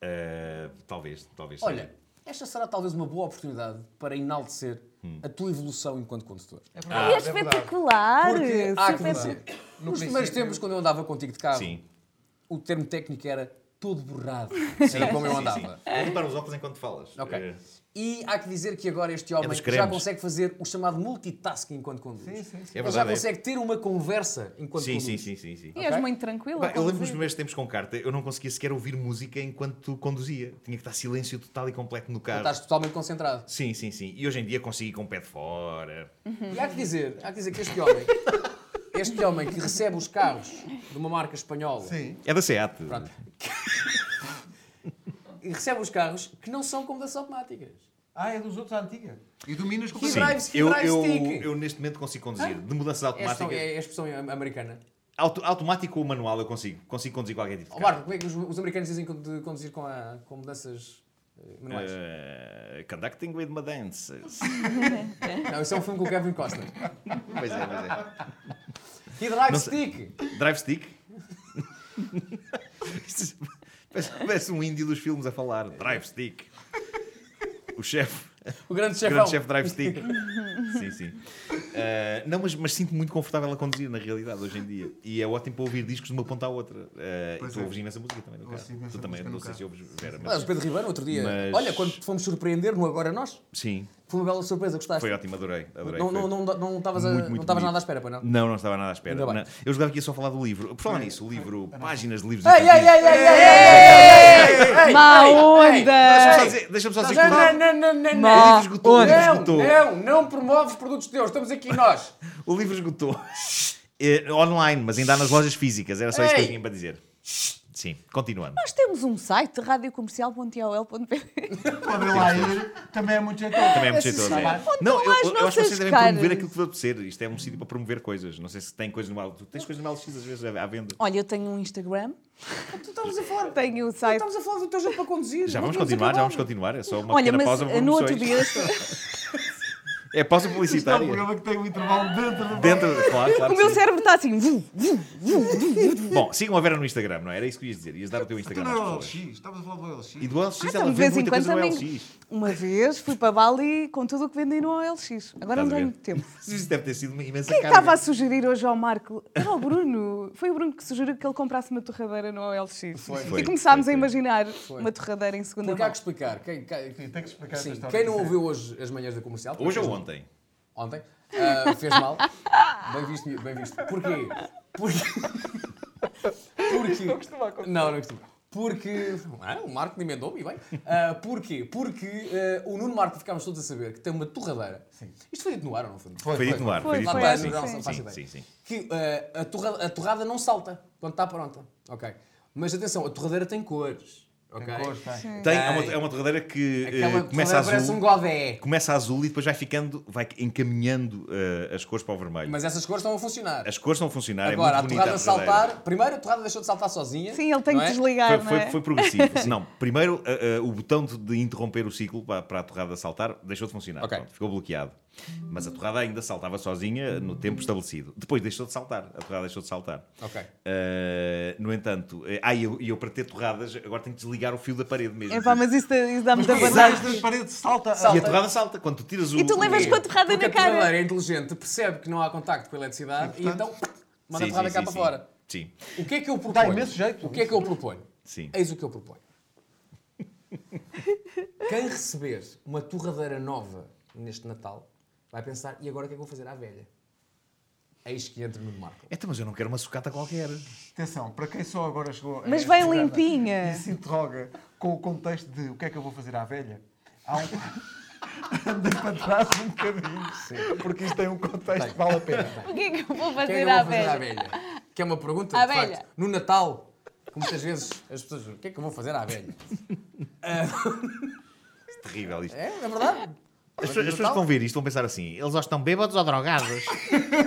S3: Eh, talvez, talvez. seja.
S2: Olha, esta será talvez uma boa oportunidade para enaltecer
S3: Hum.
S2: a tua evolução enquanto condutor.
S5: É
S6: E é
S5: verdade, é verdade.
S6: espetacular!
S2: Porque há que
S6: super-
S2: dizer,
S5: No
S2: nos primeiros
S5: princípio-
S2: tempos, quando eu andava contigo de carro,
S3: Sim.
S2: o termo técnico era todo borrado. era
S3: Sim,
S2: como eu
S3: sim,
S2: andava.
S3: sim. Eu reparo os óculos enquanto falas.
S2: Ok.
S3: Eh,
S2: E há que dizer que agora este homem
S3: É dos
S2: já
S3: cremes.
S2: consegue fazer o chamado multitasking enquanto conduz.
S5: Sim, sim, sim.
S3: É
S2: Ele já um
S3: verdade. é.
S2: consegue ter uma conversa enquanto
S3: Sim,
S2: conduz.
S3: sim, sim, sim, sim.
S6: E és
S2: Ok.
S6: muito tranquila.
S3: Pá, eu lembro nos
S6: conduzir.
S3: primeiros tempos com carta, eu não conseguia sequer ouvir música enquanto conduzia. Tinha que estar silêncio total e completo no carro.
S2: Estás totalmente concentrado.
S3: Sim, sim, sim. E hoje em dia consegui com o pé de fora.
S2: E há que dizer, há que dizer que este homem, este homem que recebe os carros de uma marca espanhola,
S5: Sim.
S3: É da SEAT.
S2: Pronto. e recebe os carros que não são como das automáticas.
S5: Ah, é dos outros à antiga. E dominas com
S2: Sim.
S3: Sim,
S2: Drive-
S3: eu,
S2: drive
S3: eu,
S2: stick.
S3: eu neste momento consigo conduzir de mudanças
S2: Esta
S3: automáticas.
S2: é a expressão americana.
S3: Auto- automático ou manual eu consigo. Consigo conduzir qualquer tipo
S2: Ó
S3: de
S2: Marco,
S3: carro.
S2: como é que os, os americanos dizem de conduzir com, a, com mudanças eh, manuais?
S3: Eh, conducting with my dances.
S2: Não, isso é um filme com o Kevin Costner.
S3: pois é, pois é.
S2: E drive
S3: Não sei.
S2: stick!
S3: Drive stick? Isto parece, parece um índio dos filmes a falar. Drive stick. O chefe.
S2: O grande
S3: O
S2: chefão.
S3: grande chefe drive stick. sim, sim. Ah, não, mas, mas sinto-me muito confortável a conduzir, na realidade, hoje em dia. E é ótimo para ouvir discos de uma ponta à outra. Ah, e
S5: Pois
S3: tu
S5: é.
S3: ouves imensa música também no
S5: Ouço
S3: carro.
S5: imensa
S3: Tu também,
S5: música
S3: não
S5: no
S3: sei se
S5: carro.
S3: ouves, Vera, mas...
S2: Mas o Pedro Ribeiro, outro dia.
S3: Mas-
S2: Olha, quando te fomos surpreender no Agora Nós,
S3: Sim,
S2: foi uma bela surpresa, gostaste.
S3: foi ótimo, adorei. adorei
S2: não,
S3: foi-
S2: não, não, não estavas a-
S3: Muito,
S2: não
S3: muito
S2: estavas
S3: bonito.
S2: nada à espera, pois não?
S3: Não, não estava nada à espera.
S2: Ainda bem.
S3: Não. Eu jogava aqui só a falar do livro. Por falar nisso, o livro, páginas de livros.
S2: Ei, ei,
S3: infantis.
S2: ei, ei, ei, ei, ei, ei!
S6: Má
S2: ei, ei.
S6: onda!
S3: Deixa-me só dizer- Deixa-me só dizer que o
S2: Não,
S3: livro-
S2: não, não, não, não.
S3: O livro esgotou, o livro esgotou.
S2: Não, não, não promove os produtos teus, estamos aqui nós.
S3: O livro esgotou. É, online, mas ainda há nas lojas físicas. Era só isso que eu
S2: Ei!
S3: tinha para dizer. Sim, continuando.
S6: Nós temos um site, radiocomercial.ol.pt.
S5: Podem lá ir. Também é muito jeitoso.
S3: Também é muito
S6: Sim,
S3: jeitoso.
S6: sim.
S3: é.
S5: Onde
S3: Não, eu,
S6: mais
S3: eu
S6: não
S3: acho que vocês
S6: sejas
S3: devem
S6: caras?
S3: promover aquilo que deve ser. Isto é um sítio para promover coisas. Não sei se tem coisas no LX. Tu tens coisas no LX às vezes à à venda.
S6: Olha, eu tenho um Instagram,
S2: Tu estamos a falar,
S6: tenho o site.
S2: estamos a falar do teu jogo para conduzir.
S3: Já
S2: não tínhamos
S3: vamos continuar, já
S2: acabado.
S3: vamos continuar. É só uma
S6: Olha,
S3: pequena
S6: mas
S3: pausa. para
S6: no outro dia.
S3: promoções. É pausa
S5: Isto é um
S3: publicitária.
S5: programa que tem um intervalo dentro do
S3: Dentro, claro, claro.
S6: O
S3: que
S6: meu
S3: sim.
S6: cérebro está assim. vu, vu.
S3: Bom, sigam a Vera no Instagram, não é? era isso que ias dizer. Ias dar o teu
S5: Tu
S3: Instagram às
S6: Então
S5: não é LX.
S3: pessoas.
S5: Estavas a falar do LX.
S3: E do LX
S6: Ah,
S3: ela
S6: então, de
S3: vê
S6: vez em
S3: muita
S6: quando
S3: coisa no
S6: também.
S3: LX.
S6: Uma vez fui para Bali com tudo o que vendem no OLX. Agora
S3: Estás
S6: não
S3: a ver?
S6: tenho tempo.
S3: Isso deve ter sido uma imensa
S6: Quem é que
S3: carga.
S6: estava a sugerir hoje ao Marco? Era o Bruno. Foi o Bruno que sugeriu que ele comprasse uma torradeira no OLX.
S3: Foi,
S6: e começámos
S3: foi, foi.
S6: a imaginar uma torradeira em segunda
S2: Porque há
S6: mão.
S2: que explicar. Quem, quem,
S5: Sim, tem que explicar esta
S2: sim,
S5: história.
S2: quem não ouviu hoje as manhãs da comercial?
S3: Hoje ou
S2: porque-
S3: ontem?
S2: Ontem. Ah, fez mal. Bem visto, miúdo, bem visto. Porquê? Porque. Porque. Não costuma Não, não costuma. Porque. Ah, o Marco emendou-me, e bem. Ah, porquê? Porque ah, o Nuno Marco ficámos todos a saber que tem uma torradeira. Isto foi dito no ar ou não foi?
S3: Foi dito no ar.
S6: Foi,
S3: Foi dito
S6: foi,
S3: no ar.
S6: foi,
S2: Tipo, é Não
S3: Sim, sim,
S6: foi.
S2: faço
S3: sim,
S2: ideia.
S3: sim, sim.
S2: Que ah, a, torra- a torrada não salta quando está pronta. Ok. Mas atenção, a torradeira tem cores. Ok.
S5: Tem cores, tem.
S3: Tem, é uma, é uma torradeira que eh,
S2: Aquela
S3: começa
S2: torradeira parece
S3: azul,
S2: um godé.
S3: começa azul e depois vai ficando, vai encaminhando eh, as cores para o vermelho.
S2: Mas essas cores estão a funcionar.
S3: As cores não funcionaram,
S2: Agora,
S3: é
S2: a
S3: muito bonita
S2: torrada
S3: a
S2: a
S3: torradeira.
S2: saltar. Primeiro, a torrada deixou de saltar sozinha.
S6: Sim, ele tem
S2: não
S6: que
S2: é?
S6: desligar,
S3: foi,
S6: não
S3: foi,
S6: é?
S3: foi progressivo. assim. não, primeiro eh, eh, o botão de, de interromper o ciclo para, para a torrada saltar deixou de funcionar.
S2: Ok.
S3: Pronto, ficou bloqueado. Mas a torrada ainda saltava sozinha no tempo estabelecido. Depois deixou de saltar. A torrada deixou de saltar.
S2: Ok.
S3: Eh, no entanto, eh, ah, e eu, e eu para ter torradas agora tenho que desligar o fio da parede mesmo.
S6: É pá, mas isso, dá- isso dá-me da
S5: Mas
S6: banana.
S5: das paredes salta.
S3: E
S2: Salta.
S3: a torrada salta quando tu tiras o.
S6: E tu levas
S3: o-
S6: com a torrada
S2: Porque
S6: na
S2: a
S6: cara.
S2: torradeira é inteligente, percebe que não há contacto com a eletricidade
S5: Sim,
S2: e então
S5: portanto-
S2: manda a
S3: Sim,
S2: torrada
S3: sim,
S2: cá
S3: sim,
S2: para
S3: sim.
S2: fora.
S3: Sim.
S2: O que é que eu proponho?
S5: imenso jeito.
S2: O que é que eu proponho?
S3: Sim.
S2: Eis o que eu proponho. Quem receber uma torradeira nova neste Natal vai pensar, e agora o que é que eu vou fazer à velha? Eis que entra no Marco.
S3: Então, mas eu não quero uma sucata qualquer.
S5: Atenção, para quem só agora chegou. a
S6: Mas
S5: este
S6: vem
S5: programa
S6: limpinha.
S5: E se interroga com o contexto de o que é que eu vou fazer à velha, há um. Andei para trás um bocadinho, porque isto tem um contexto que vale a pena.
S6: O que é que eu vou
S2: O que é
S6: fazer
S2: que eu
S6: à
S2: vou fazer à
S6: velha?
S2: velha? Que é uma pergunta,
S6: À
S2: de
S6: velha.
S2: facto, no Natal, que muitas vezes as pessoas dizem, o que é que eu vou fazer à velha?
S3: Terrível isto.
S2: É, é verdade?
S3: As, pessoas- as pessoas que vão ver isto vão pensar assim: eles ou estão bêbados ou drogados.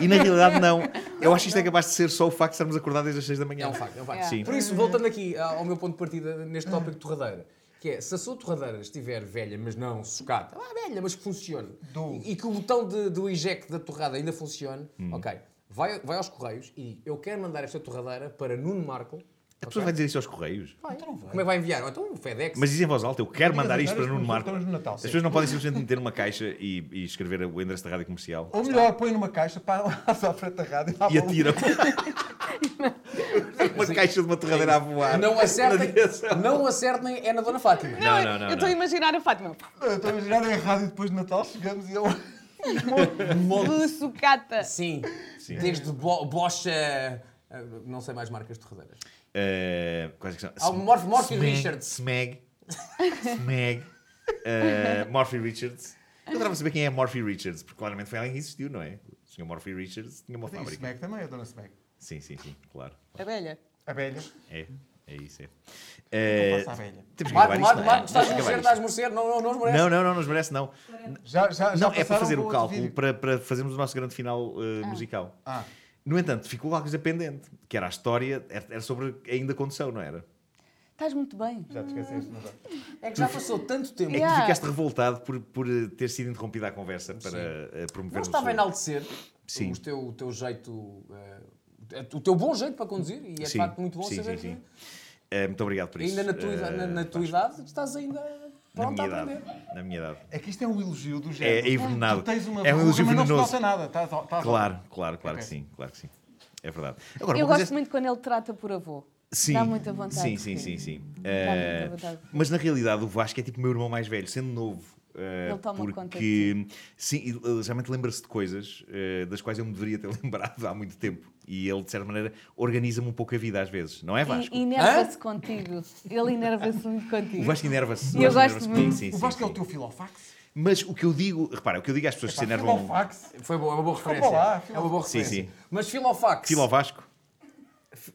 S3: e na realidade, não. Eu acho que isto é capaz de ser só o facto de estarmos acordados desde as 6 da manhã.
S2: É um facto, é um facto.
S3: Sim.
S2: Por isso, voltando aqui ah, ao meu ponto de partida neste tópico de torradeira, que é, se a sua torradeira estiver velha, mas não socada, lá velha, mas que funcione,
S5: Do-
S2: e, e que o botão de- do eject da torrada ainda
S3: Hum.
S2: funcione, ok, vai, vai aos correios e eu quero mandar esta torradeira para Nuno Marco,
S3: A pessoa vai dizer isso aos correios.
S5: Então não vai.
S2: Como é que vai enviar? Ou Então o FedEx.
S3: Mas dizem em voz alta, eu quero
S5: Digas
S3: mandar
S5: as
S3: isto para
S5: neiras,
S3: Nuno
S5: como
S3: Marco.
S5: estamos no Natal,
S3: As
S5: sim.
S3: pessoas não podem simplesmente meter numa caixa e, e escrever o endereço da rádio comercial.
S5: Ou melhor, põe numa caixa, para à frente da rádio dá
S3: E
S5: uma-
S3: atiram. uma caixa de uma torradeira a voar.
S2: Não
S3: Na
S2: acertem,
S3: direção.
S2: não acertem, é na Dona Fátima.
S3: Não, não, não.
S6: Eu estou
S3: não.
S6: a imaginar a Fátima.
S5: Eu Estou a imaginar em rádio depois de Natal, chegamos e eu.
S6: De sucata.
S2: Sim,
S3: Sim.
S2: desde bo Bosch a- a- Não sei mais marcas de torradeiras.
S3: Eh, quais é que são?
S2: Há o Morph- Morphy
S3: Smeg,
S2: Richards.
S3: Smeg. Smeg. eh, Morphy Richards. Eu adorava saber quem é Morphy Richards, porque claramente foi alguém que existiu, não é? O senhor Morphy Richards tinha uma
S5: E
S3: fábrica.
S5: Smack também, a dona Smack.
S3: Sim, sim, sim, claro.
S6: A velha.
S5: A velha.
S3: É, é isso, é.
S5: Não
S3: Eh,
S5: passa a velha.
S3: temos que acabar
S2: Marco,
S3: isto,
S2: Marco,
S3: não é?
S2: Marco, estás a
S3: Temos que
S2: morrer,
S3: acabar
S2: estás a
S3: isto.
S2: morrer, não, não, não esmorece.
S3: Não, não, não, não nos merece, não.
S5: Já, já, já
S3: Não, é para
S5: passaram
S3: fazer
S5: para
S3: o
S5: outro
S3: cálculo
S5: vídeo.
S3: para, para fazermos o nosso grande final eh, musical.
S5: Ah.
S3: No entanto, ficou alguma coisa pendente, que era a história, era era sobre ainda condução, não era?
S6: Estás muito bem.
S5: Já te esqueceste, não dá.
S2: É que já passou tanto tempo.
S3: É que tu
S6: Yeah.
S3: ficaste revoltado por, por eh, ter sido interrompida a conversa para eh, promover
S2: Não
S3: o
S2: estava a
S3: seu-
S2: enaltecer
S3: Sim.
S2: O, teu, o teu jeito. eh, o teu bom jeito para conduzir, e é de
S3: Sim,
S2: facto muito bom
S3: sim,
S2: saber
S3: sim, sim. Eh, muito obrigado por
S2: que
S3: isso.
S2: ainda na tua, idade-
S3: Eh,
S2: na, na tua
S3: Vasco,
S2: idade estás ainda
S3: na
S2: pronto a
S3: minha
S2: aprender.
S3: idade. Na minha idade.
S5: É que isto é um elogio do
S3: É,
S5: género.
S3: é envenenado.
S5: Tu tens uma
S3: é um elogio
S5: mas não se
S3: venenoso.
S5: nota nada. Tá, tá, tá,
S3: Claro, claro, claro que
S5: Ok.
S3: sim, claro que sim. É verdade. Agora,
S6: Eu
S3: uma
S6: gosto
S3: coisa é-
S6: muito quando ele te trata por avô.
S3: Sim.
S6: Dá muita vontade.
S3: Sim, sim,
S6: de
S3: sim,
S6: rir.
S3: sim.
S6: Dá
S3: Eh,
S6: muita vontade.
S3: mas na realidade o Vasco é tipo meu irmão mais velho, sendo novo. eh,
S6: Ele toma
S3: porque,
S6: conta
S3: sim, ele realmente lembra-se de coisas eh, das quais eu me deveria ter lembrado há muito tempo. E ele, de certa maneira, organiza-me um pouco a vida às vezes, não é Vasco?
S6: E enerva-se contigo. Ele enerva-se muito
S3: O
S6: contigo.
S3: Vasco enerva-se.
S6: Eu
S3: o Vasco
S6: gosto
S3: enerva-se comigo,
S6: muito.
S3: sim,
S5: O
S3: sim,
S5: Vasco é o
S3: sim.
S5: teu filofax?
S3: Mas o que eu digo, repara, o que eu digo às pessoas que se enervam.
S5: Filofax?
S2: Foi boa, é uma boa referência.
S5: lá,
S2: é uma boa
S3: Sim,
S2: referência.
S3: sim.
S2: Mas Filofax.
S3: Filo ao Vasco?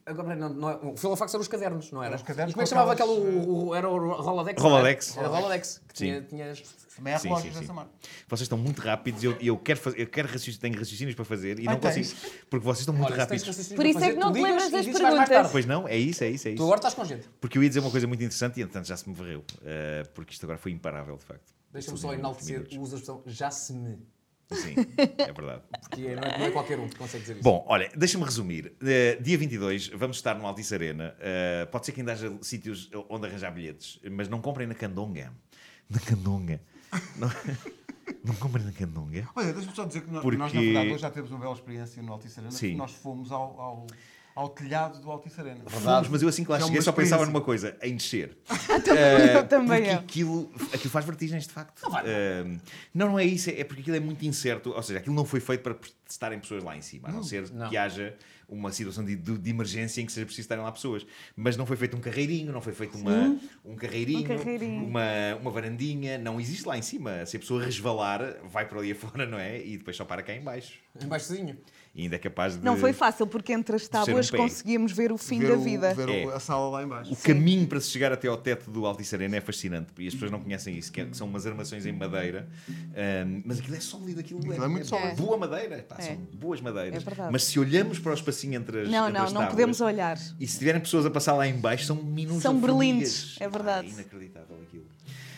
S2: Agora não, não é, o Filofax era os cadernos, não era?
S5: Os cadernos
S2: e como é que
S5: com
S2: chamava aquele.
S5: aquelas-
S2: O, o- era o Rolodex?
S3: Rolodex.
S2: não Era Era Rolodex. Que tinha,
S3: Sim.
S2: tinha-
S5: Também há
S3: Sim,
S5: relógios
S3: sim, sim.
S5: dessa marca.
S3: Vocês estão muito rápidos e eu, e eu quero, fazer, eu quero raciocínio, tenho raciocínios para fazer e
S5: Ah,
S3: não
S5: tens.
S3: consigo. Porque vocês estão muito
S2: Olha, se tens
S3: rápidos.
S2: raciocínio
S6: Por
S2: para
S6: isso é
S2: fazer,
S6: que não
S2: tu
S6: te
S2: digas
S6: lembras
S2: e
S6: das
S2: dizes que vais mais tarde.
S6: perguntas.
S3: Pois não, é isso, é isso, é
S2: Tu
S3: isso.
S2: agora estás com gente.
S3: Porque eu ia dizer uma coisa muito interessante e, entretanto, já se me varreu. eh, porque isto agora foi imparável, de facto.
S2: Deixa-me
S3: Estes
S2: só
S3: últimos vinte
S2: enaltecer, usa a expressão já se me.
S3: minutos. Sim, é verdade.
S2: Que é- não, é, não é qualquer um que consegue dizer isso.
S3: Bom, olha, deixa-me resumir. Eh, dia 22 vamos estar no Altice Arena. Eh, pode ser que ainda haja sítios onde arranjar bilhetes, mas não comprem na Candonga. Na Candonga. não, não comprem na Candonga.
S5: Olha, deixa-me só dizer que nós,
S3: Porque-
S5: nós, na verdade, hoje já tivemos uma bela experiência no Altice Arena.
S3: Sim.
S5: porque Nós fomos ao, ao, ao telhado do Altice Arena.
S3: Fomos, mas eu assim que lá
S5: É uma
S3: cheguei só pensava
S5: experiência.
S3: numa coisa, a encher.
S6: Então, Eu também
S3: Porque
S6: eu.
S3: aquilo, aquilo faz vertigens, de facto. Não, não, não é isso, é porque aquilo é muito incerto. Ou seja, aquilo não foi feito para estarem pessoas lá em cima, a
S5: Hum,
S3: não ser
S2: não.
S3: que haja uma situação de, de- de emergência em que seja preciso estarem lá pessoas. Mas não foi feito um carreirinho, não foi feito uma, um carreirinho,
S6: Um carreirinho.
S3: Uma, uma varandinha. Não existe lá em cima. Se a pessoa resvalar, vai para ali afora, não é? E depois só para cá em baixo.
S2: Embaixozinho.
S3: E ainda é capaz de...
S6: Não foi fácil, porque entre as tábuas
S3: pé.
S6: conseguíamos ver o fim
S5: Ver
S6: da
S5: o-
S6: vida.
S5: Ver o-
S3: É.
S5: a sala lá em baixo.
S3: O caminho para se chegar até ao teto do Altice Arena é fascinante e as pessoas
S6: Uhum.
S3: não conhecem isso, que é- que são umas armações em madeira, ahm, mas aquilo é sólido, aquilo,
S5: Aquilo é muito sólido.
S3: boa madeira, pá, são
S6: É.
S3: boas madeiras.
S6: É verdade.
S3: mas se olhamos para o espacinho entre as
S6: Não,
S3: entre
S6: não,
S3: as
S6: não
S3: tábuas,
S6: podemos olhar.
S3: E se tiverem pessoas a passar lá em baixo, são minúsculas.
S6: São berlindes, é verdade.
S3: inacreditável aquilo.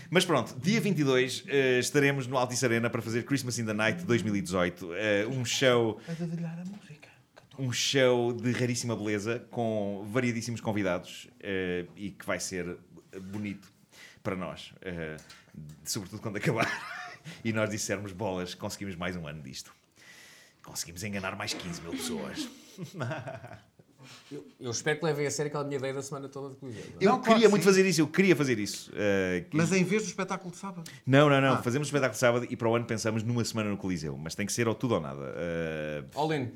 S3: Mas pronto, dia 22 eh, estaremos no Altice Arena para fazer Christmas in the Night 2018, eh, um show
S5: Estás a brilhar a música.
S3: um show de raríssima beleza com variadíssimos convidados eh, e que vai ser bonito para nós, eh, sobretudo quando acabar e nós dissermos bolas, conseguimos mais um ano disto. Conseguimos enganar mais 15 mil pessoas.
S2: Eu, eu espero que levem a sério aquela minha ideia da semana toda de televisão. não é?
S3: Eu
S5: Não, claro
S3: queria
S5: que
S3: muito
S5: sim.
S3: fazer isso, eu queria fazer isso. eh, que- Ah.
S5: Mas em vez do espetáculo de sábado.
S3: Não, não, não. Fazemos o espetáculo de sábado e para o ano pensamos numa semana no Coliseu, mas tem que ser ou tudo ou nada. Eh,
S2: All in.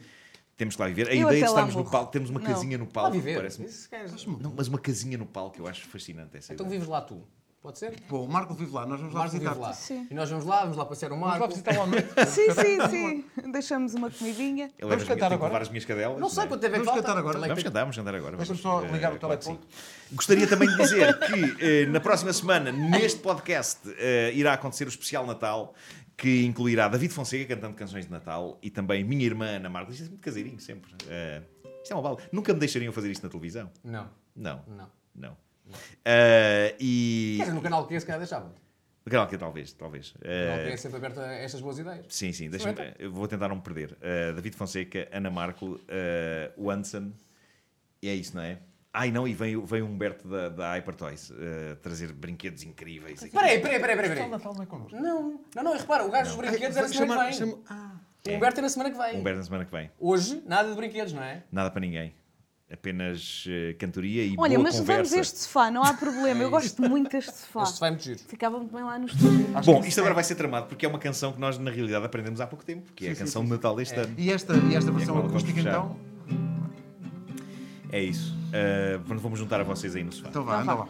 S3: temos que lá viver. A
S6: Eu
S3: ideia é
S6: até
S3: de
S6: lá
S3: estarmos no
S6: morro.
S3: palco, temos uma
S6: Não.
S3: casinha no
S2: Lá
S3: palco,
S2: viver.
S3: parece-me.
S2: Isso, cara,
S3: Não, mas uma casinha no palco, eu acho fascinante essa
S2: Então
S3: ideia.
S2: vives lá tu. Pode ser?
S5: Pô, o Marco vive lá, nós vamos lá
S2: Marco
S5: visitar.
S2: vive lá.
S6: Sim.
S2: E nós vamos lá, vamos lá passear o Marco.
S5: lá no...
S6: Sim, sim, sim. Deixamos uma comidinha.
S3: Eu
S5: Vamos
S3: levo as minhas-
S5: cantar
S3: tenho que
S5: agora?
S3: levar as minhas cadelas.
S2: Não sei
S3: é?
S2: quanto tempo é que
S5: Vamos
S2: falta.
S5: cantar agora?
S2: Também
S3: Vamos
S2: tem-
S3: cantar, vamos cantar agora.
S5: Deixa-me
S3: vamos.
S5: só
S3: Eh,
S5: ligar o
S3: claro que
S5: teleponto.
S3: sim. Gostaria também de dizer que eh, na próxima semana, neste podcast, eh, irá acontecer o especial Natal, que incluirá David Fonseca cantando canções de Natal e também minha irmã Ana Marta. Isto é muito caseirinho sempre. Eh, isto é uma bala. Nunca me deixariam fazer isto na televisão.
S2: Não,
S3: Não.
S2: não.
S3: Não. Eh, e.
S2: Quer dizer, no canal que esse cara deixava.
S3: Claro que talvez, talvez.
S2: O
S3: Eh,
S2: canal que é sempre aberto a estas boas ideias.
S3: Sim, sim, deixa-me. Eu vou tentar não Eh, me perder. Uh, David Fonseca, Ana Marco, uh, o Anson. eh, E é isso, não é? Ai não, e veio, veio o Humberto da, da Hypertoys eh, trazer brinquedos incríveis. aqui.
S2: Peraí, peraí, peraí, peraí.
S5: Só o
S2: peraí.
S5: Natal não é connosco.
S2: Não, não, não, e repara, o gajo dos brinquedos era na
S5: Vai
S2: semana que vem.
S5: chama- ah,
S2: O Humberto é na semana que vem.
S3: Humberto na semana que vem.
S2: Hoje, nada de brinquedos, não é?
S3: Nada para ninguém. Apenas eh, cantoria e
S6: Olha,
S3: boa
S6: mas levamos
S3: conversa.
S6: este sofá, não há problema. Eu gosto muito deste sofá.
S2: Este é- vai muito giro.
S6: Ficava muito bem lá no estúdio.
S5: acho
S3: Bom,
S5: que-
S3: isto agora vai ser tramado porque é uma canção que nós na realidade aprendemos há pouco tempo, que é a canção de Natal deste ano.
S5: E esta, e esta versão
S3: agora vamos
S5: acústica
S3: fechar.
S5: então?
S3: É isso. Eh, pronto, vamos juntar a vocês aí no sofá.
S5: Então vá, anda lá.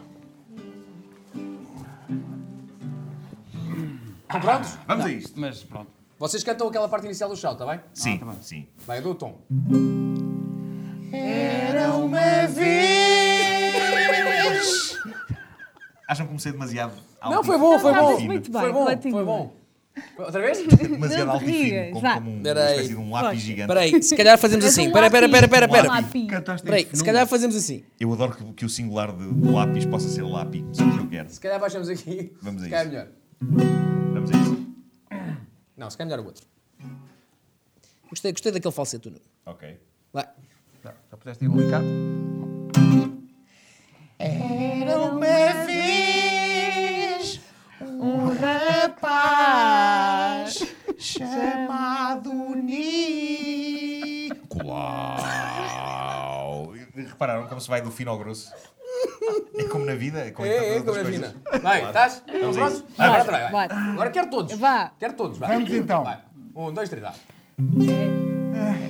S2: Estão prontos?
S3: Vamos a isto.
S7: Mas pronto.
S2: Vocês cantam aquela parte inicial do shout, está bem?
S3: Sim, sim.
S2: Vai, eu dou o tom.
S3: Acham que comecei demasiado alto?
S2: Não, foi bom, foi
S6: Não,
S2: bom.
S6: mas muito bem,
S2: foi bom,
S6: continua.
S2: foi bom. Outra vez?
S3: Demasiado
S6: Não
S3: alto e
S6: rias,
S3: é fino, como,
S6: vá.
S3: como uma
S2: Peraí.
S3: espécie de um lápis gigante.
S2: Peraí, se calhar fazemos
S6: um
S2: assim. Peraí, peraí, peraí, peraí, peraí.
S5: Cantaste
S2: Peraí, se calhar fazemos assim.
S3: Eu adoro que, que o singular de, de lápis possa ser lápis, se eu quero.
S2: Se calhar baixamos aqui.
S3: Vamos a
S2: se calhar é
S3: isso.
S2: melhor.
S3: Vamos a isso.
S2: Não, se calhar é melhor o outro. Gostei, gostei daquele falsete, Nuno.
S3: Ok.
S2: Vai.
S5: Já, já puseste aí um alicate?
S6: um
S3: Nicolau. Repararam como se vai do fino ao grosso? É como na vida, é como em
S2: É, é,
S3: tantas
S2: como
S3: outras
S2: a
S3: coisas.
S2: Vina. Vai, estás? Estão
S3: a isso.
S2: prontos? Vai,
S6: Vai.
S2: outra vez, vai.
S6: Vai.
S2: Agora quero todos.
S6: Vá.
S2: Quero todos, vai.
S5: Vamos então.
S2: Vai. Um, dois, três, dá.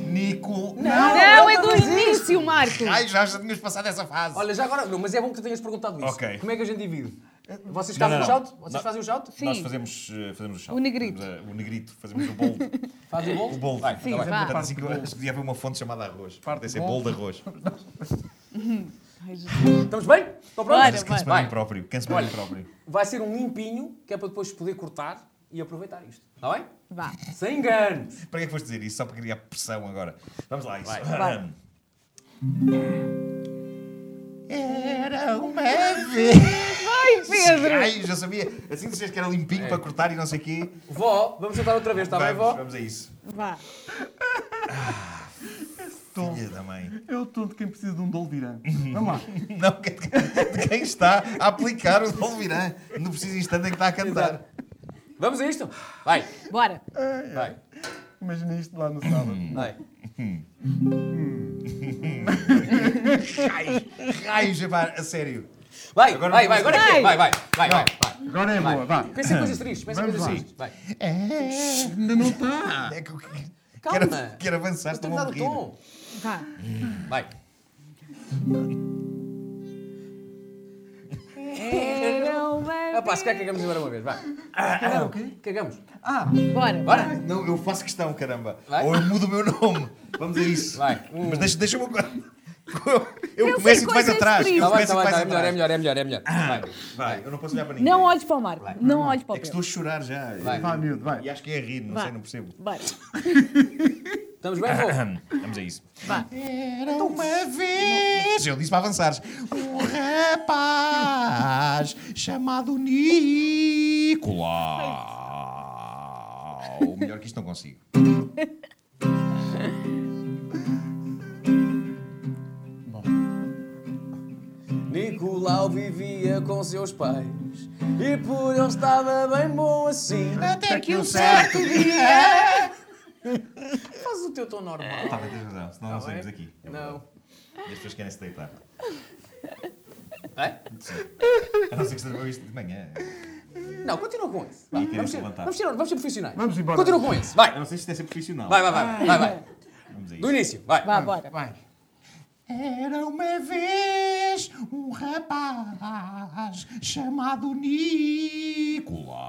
S3: Nico,
S6: Não,
S3: não!
S6: é do início, Marco.
S3: Ai, já, já tinhas passado essa fase.
S2: Olha, já agora, não, mas é bom que tu tenhas perguntado isso.
S3: Ok. Eh,
S2: Como é que a gente divide? Vocês fazem
S3: Não, não,
S2: o
S3: não.
S2: shout? Vocês
S3: Não.
S2: fazem o shout?
S3: Nós
S6: Sim.
S3: fazemos, eh, fazemos o chão.
S6: O negrito.
S3: Fazemos, eh, o negrito, fazemos o bolo.
S2: Faz o bolo?
S3: o bolo.
S2: Vai,
S6: Sim,
S2: tá bem.
S6: vá.
S3: Portanto, assim que eu acho que devia haver uma fonte chamada arroz. Parte desse é bolo de arroz.
S2: Estamos bem? Estão prontos?
S6: Bora,
S3: Canse para
S2: vai.
S3: mim próprio. Canse para mim próprio.
S2: Vai ser um limpinho, que é para depois poder cortar e aproveitar isto. Está bem?
S6: Vá.
S2: Sem engano.
S3: Para que é que foste dizer isso? Só para criar pressão agora. Vamos lá, isso.
S6: Vai.
S3: Era uma vez.
S6: Ai, Pedro.
S3: Ai, já sabia. Assim disseste que era limpinho para cortar e não sei o quê.
S2: Vó, vamos tentar outra vez, está Tá bem,
S3: vamos,
S2: vó?
S3: vamos a isso.
S6: Vá.
S3: Filha da mãe.
S5: É o tom de quem precisa de um doldirã. Vamos lá.
S3: Não, que- de quem está a aplicar o Dolvirã no preciso instante em que está a cantar.
S2: Vamos a isto? Vai,
S6: Bora.
S2: vai,
S5: Imagina isto lá no sábado.
S2: vai.
S3: Raios, epá, a sério.
S2: Vai,
S3: Agora
S2: vai,
S3: não
S2: vai, agora é que é. Vai,
S6: vai.
S2: vai, vai, vai, vai.
S5: Agora é boa, vá.
S2: Pensa em coisas tristes, pensa em coisas
S5: Vamos lá.
S2: tristes. Vai.
S5: Ainda não está.
S3: É que eu que-
S2: Calma.
S3: Quero, quero avançar,
S2: Mas
S3: estou
S2: temos
S3: a
S2: dado o
S3: morrer.
S2: tom.
S6: Vá.
S2: Vai.
S6: Era uma
S2: Rapaz, se calhar cagamos agora uma vez, vai.
S5: Era o quê?
S2: Cagamos.
S6: Bora.
S2: Bora.
S3: Não, eu faço questão, caramba.
S2: Vai.
S3: Ou eu mudo o meu nome. Vamos a isso.
S2: Vai. Um.
S3: Mas deixa- deixa-me agora. Eu
S6: em
S3: começo e tu vais
S6: coisas
S3: atrás.
S6: tristes.
S3: Eu
S2: Tá bem,
S3: começo
S2: tá bem,
S3: e tu
S2: tá
S3: vais
S2: bem. É melhor, é
S3: atrás.
S2: melhor, é melhor, é melhor. Vai.
S3: Vai, eu não posso olhar para ninguém.
S6: Não olhes para o Marco. Não olhes para
S3: É
S6: o
S3: que estou
S6: Pedro.
S3: a chorar já.
S2: Vai.
S5: Vá, miúdo, vai.
S3: E acho que é a rir, não
S6: Vá.
S3: sei, não percebo.
S6: Bora.
S2: Estamos bem, vó?
S3: Vamos a isso.
S6: Vá.
S3: Era uma vez. Eu disse para avançares. Um rapaz chamado Nicolau. Melhor que isto não consigo.
S2: Nicolau vivia com seus pais e por ele estava bem bom assim.
S3: Até que um certo dia.
S2: Faz o teu tom normal.
S3: Tá, tens razão, senão não
S2: Tá bem?
S3: saímos daqui. É
S2: Não.
S3: verdade. E as pessoas querem se deitar.
S2: É?
S3: A não ser que estejam isto de manhã.
S2: Não, continua com esse. Vai,
S3: E querem
S2: vamos,
S3: se
S2: ser,
S3: levantar.
S2: vamos, ser, vamos ser profissionais.
S5: Vamos embora.
S2: Continua com esse. Vai.
S3: A não ser que isto é ser profissional.
S2: Vai, vai, vai. vai, vai.
S3: Vamos a
S2: Do
S3: isso.
S2: início, Ah, vai.
S6: Vá, bora.
S5: Vai.
S3: Era uma vez um rapaz chamado Nicolau.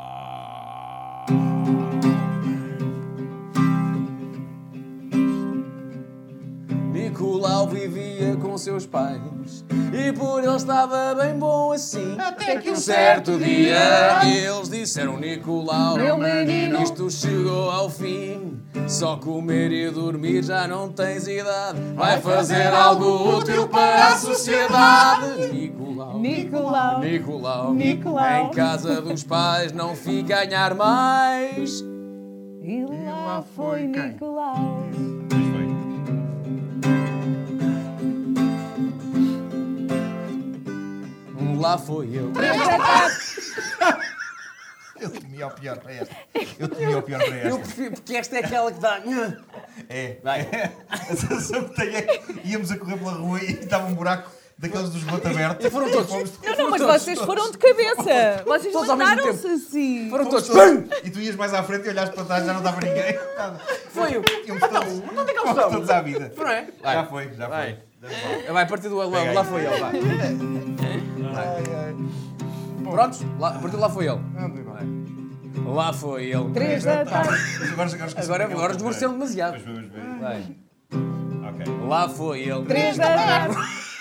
S2: Nicolau vivia com seus pais e por ele estava bem bom assim.
S3: Até que um
S2: Certo dia eles disseram Nicolau
S6: Meu menino.
S2: Isto chegou ao fim Só comer e dormir já não tens idade Vai fazer algo útil para a sociedade Nicolau
S6: Nicolau.
S2: Nicolau
S6: Nicolau.
S2: Em casa dos pais não fica a ganhar mais
S6: E lá foi
S5: foi quem?
S6: Nicolau.
S3: Pois bem.
S2: Um lá foi eu.
S5: Eu temia o pior para esta. Eu temia o pior para
S2: Eu
S5: esta.
S2: prefiro, porque esta é aquela que dá.
S5: É.
S2: Vai.
S5: A sensação que tenho é que íamos a correr pela rua e estava um buraco daqueles dos esgoto aberto.
S2: E foram todos.
S6: Não, não, mas vocês foram de cabeça. Vocês
S2: Todos ao mesmo tempo.
S6: mandaram-se assim.
S2: Foram todos.
S5: Todos. E tu ias mais à frente e olhas para trás já não estava ninguém. Nada.
S2: Foi eu.
S5: Íamos todos,
S2: Onde é que eles
S5: fomos
S2: estão?
S5: todos à vida.
S2: Não é?
S5: Já foi, já foi.
S2: Vai. É, Vai, a partir do lá, lá foi ele. Vai. Prontos? Lá, a partir de lá foi ele. Lá foi ele.
S6: Três da tarde.
S5: Mas agora, agora, esqueci
S2: Agora,
S5: quem é o
S2: agora
S5: primeiro.
S2: desmereceram demasiado.
S5: Mas vamos ver.
S2: Vai.
S3: Ok.
S2: Lá foi ele.
S6: Três da
S3: Ainda bem
S6: tarde.
S3: que isto-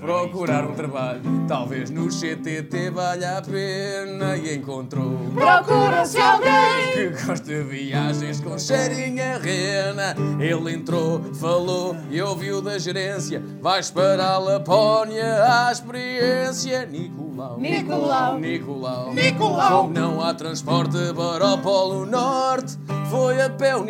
S2: Procurar um trabalho, talvez no CTT valha a pena e encontrou
S6: Procura-se alguém.
S2: que gosta de viagens com cheirinha rena. Ele entrou, falou e ouviu da gerência: vais para a Lapónia, a experiência. Nicolau,
S6: Nicolau.
S2: Nicolau, Nicolau. Como não há transporte para o Polo Norte, foi a pé o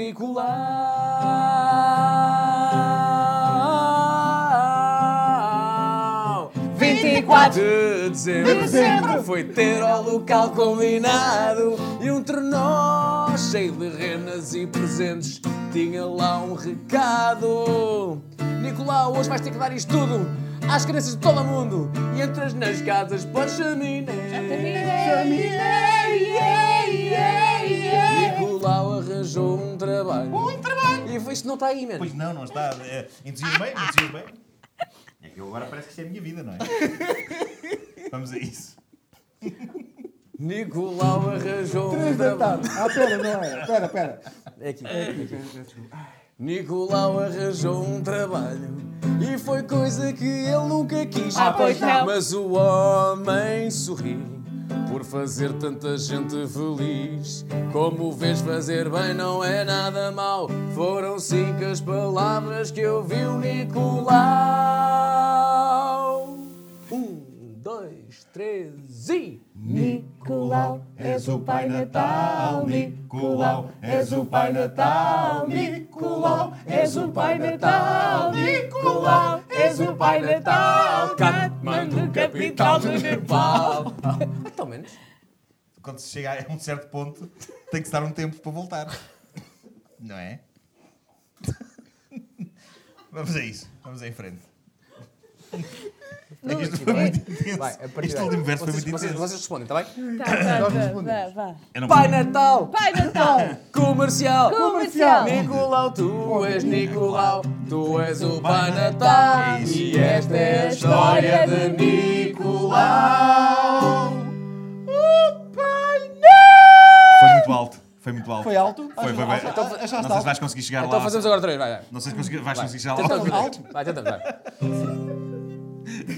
S2: Nicolau.
S6: 24.
S2: De dezembro,
S6: dezembro.
S2: foi ter ao local combinado e um trenó cheio de renas e presentes. Tinha lá um recado: Nicolau, hoje vais ter que dar isto tudo às crianças de todo o mundo e entras nas casas para chaminés. Nicolau arranjou um trabalho. Um trabalho! E foi- isto não está aí, mano.
S3: Pois não, não está. É, entusiasmei, me entusiasmei. É que eu agora parece que isto é a minha vida, não é? Vamos a isso.
S2: Nicolau arranjou um
S7: Três da
S2: trabalho.
S7: tarde. Ah, pera, não é. Pera, pera.
S2: É aqui. Nicolau arranjou um trabalho e foi coisa que ele nunca quis.
S6: Ah, pois não.
S2: Mas o homem sorri por fazer tanta gente feliz. Como vês fazer bem não é nada mal. Foram cinco as palavras que eu vi o Nicolau. Um, dois, três e.
S6: Nicolau, és o Pai Natal. Nicolau, és o Pai Natal. Nicolau, és o Pai Natal. Nicolau, és o Pai Natal. Katmandu, capital do Nepal.
S2: Pelo Então, menos.
S5: Quando se chega a um certo ponto, tem que se dar um tempo para voltar. Não é? Vamos a isso. Vamos em frente. É que isto foi muito intenso.
S2: Vai, a partir
S5: este
S2: daí.
S5: último verso foi
S2: Vocês-
S5: muito
S2: vocês,
S5: intenso.
S2: vocês respondem, está bem?
S6: tá, Vá, vá.
S3: Eu não
S2: Pai Natal!
S6: tá. Pai Natal,
S2: Comercial!
S6: comercial.
S2: Nicolau, tu és Nicolau, tu és o Pai Natal. E esta é a história de Nicolau.
S3: Foi muito alto. Foi muito alto.
S7: Foi alto?
S2: Ah,
S3: Foi, foi, foi.
S7: Então,
S3: não
S7: achaste
S3: sei se
S7: alto?
S3: vais conseguir chegar
S2: Então
S3: lá.
S2: fazemos agora três, vai, vai. Então
S3: Não sei se consegui- vais conseguir chegar
S2: Tentamos,
S3: lá.
S2: vai. Vai, tentamos, vai.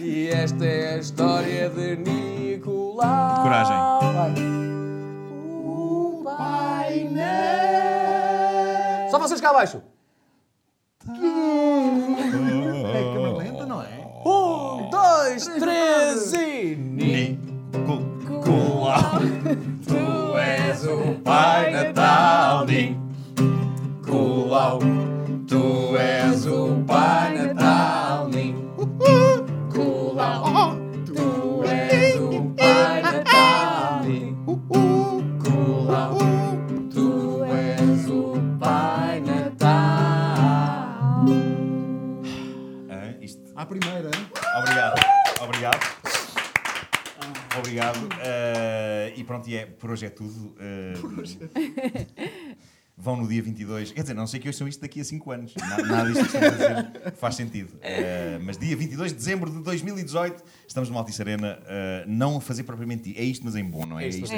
S2: E esta é a história de Nicolau.
S3: Coragem.
S2: O Pai Natal. Só vocês cá abaixo.
S5: É câmera lenta, não é?
S2: Um, dois, três e.
S3: Nicolau,
S2: Tu és o
S3: Pai Natal, Nicolau,
S2: Tu és o Pai Natal, Nicolau. Tu és o Pai Natal, Nicolau. Tu és o Pai Natal.
S3: Ah, isto.
S7: À primeira, hein?
S3: Obrigado. Obrigado. Obrigado. Ah, e pronto, e é, por hoje é tudo. Ah,
S2: é
S3: Vão no dia 22. Quer dizer, não sei que hoje são isto daqui a 5 anos. Na- Nada, disto que estamos a dizer faz sentido. Ah, mas dia 22 de dezembro de 2018, estamos numa Altice Arena, ah, não a fazer propriamente. É isto, mas em bom, não é? isto, mas.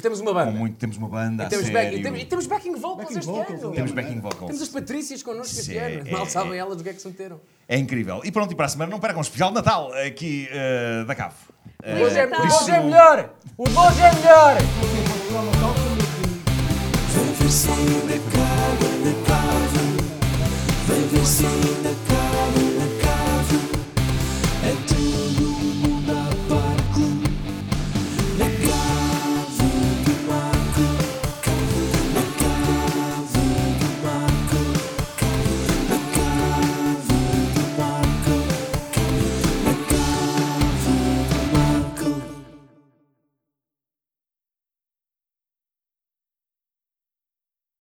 S2: Temos uma
S3: Com
S2: banda.
S3: muito, temos uma banda.
S2: E temos,
S3: a
S2: back,
S3: sério.
S2: e temos, e temos backing vocals
S7: Backing
S2: este
S7: vocals,
S2: ano.
S7: aliás.
S3: Temos backing vocals.
S2: Temos as Patrícias connosco este
S3: Sim,
S2: ano.
S3: é,
S2: Mal sabem
S3: é.
S2: elas do que é que se meteram.
S3: É incrível. E pronto, e para a semana não percam um especial de Natal aqui eh, da CAF. Eh,
S2: Hoje é,
S3: por
S2: hoje é
S3: isso-
S2: melhor! O hoje é melhor!
S1: Vem ver se ainda cabe na casa. Vem ver se ainda cabe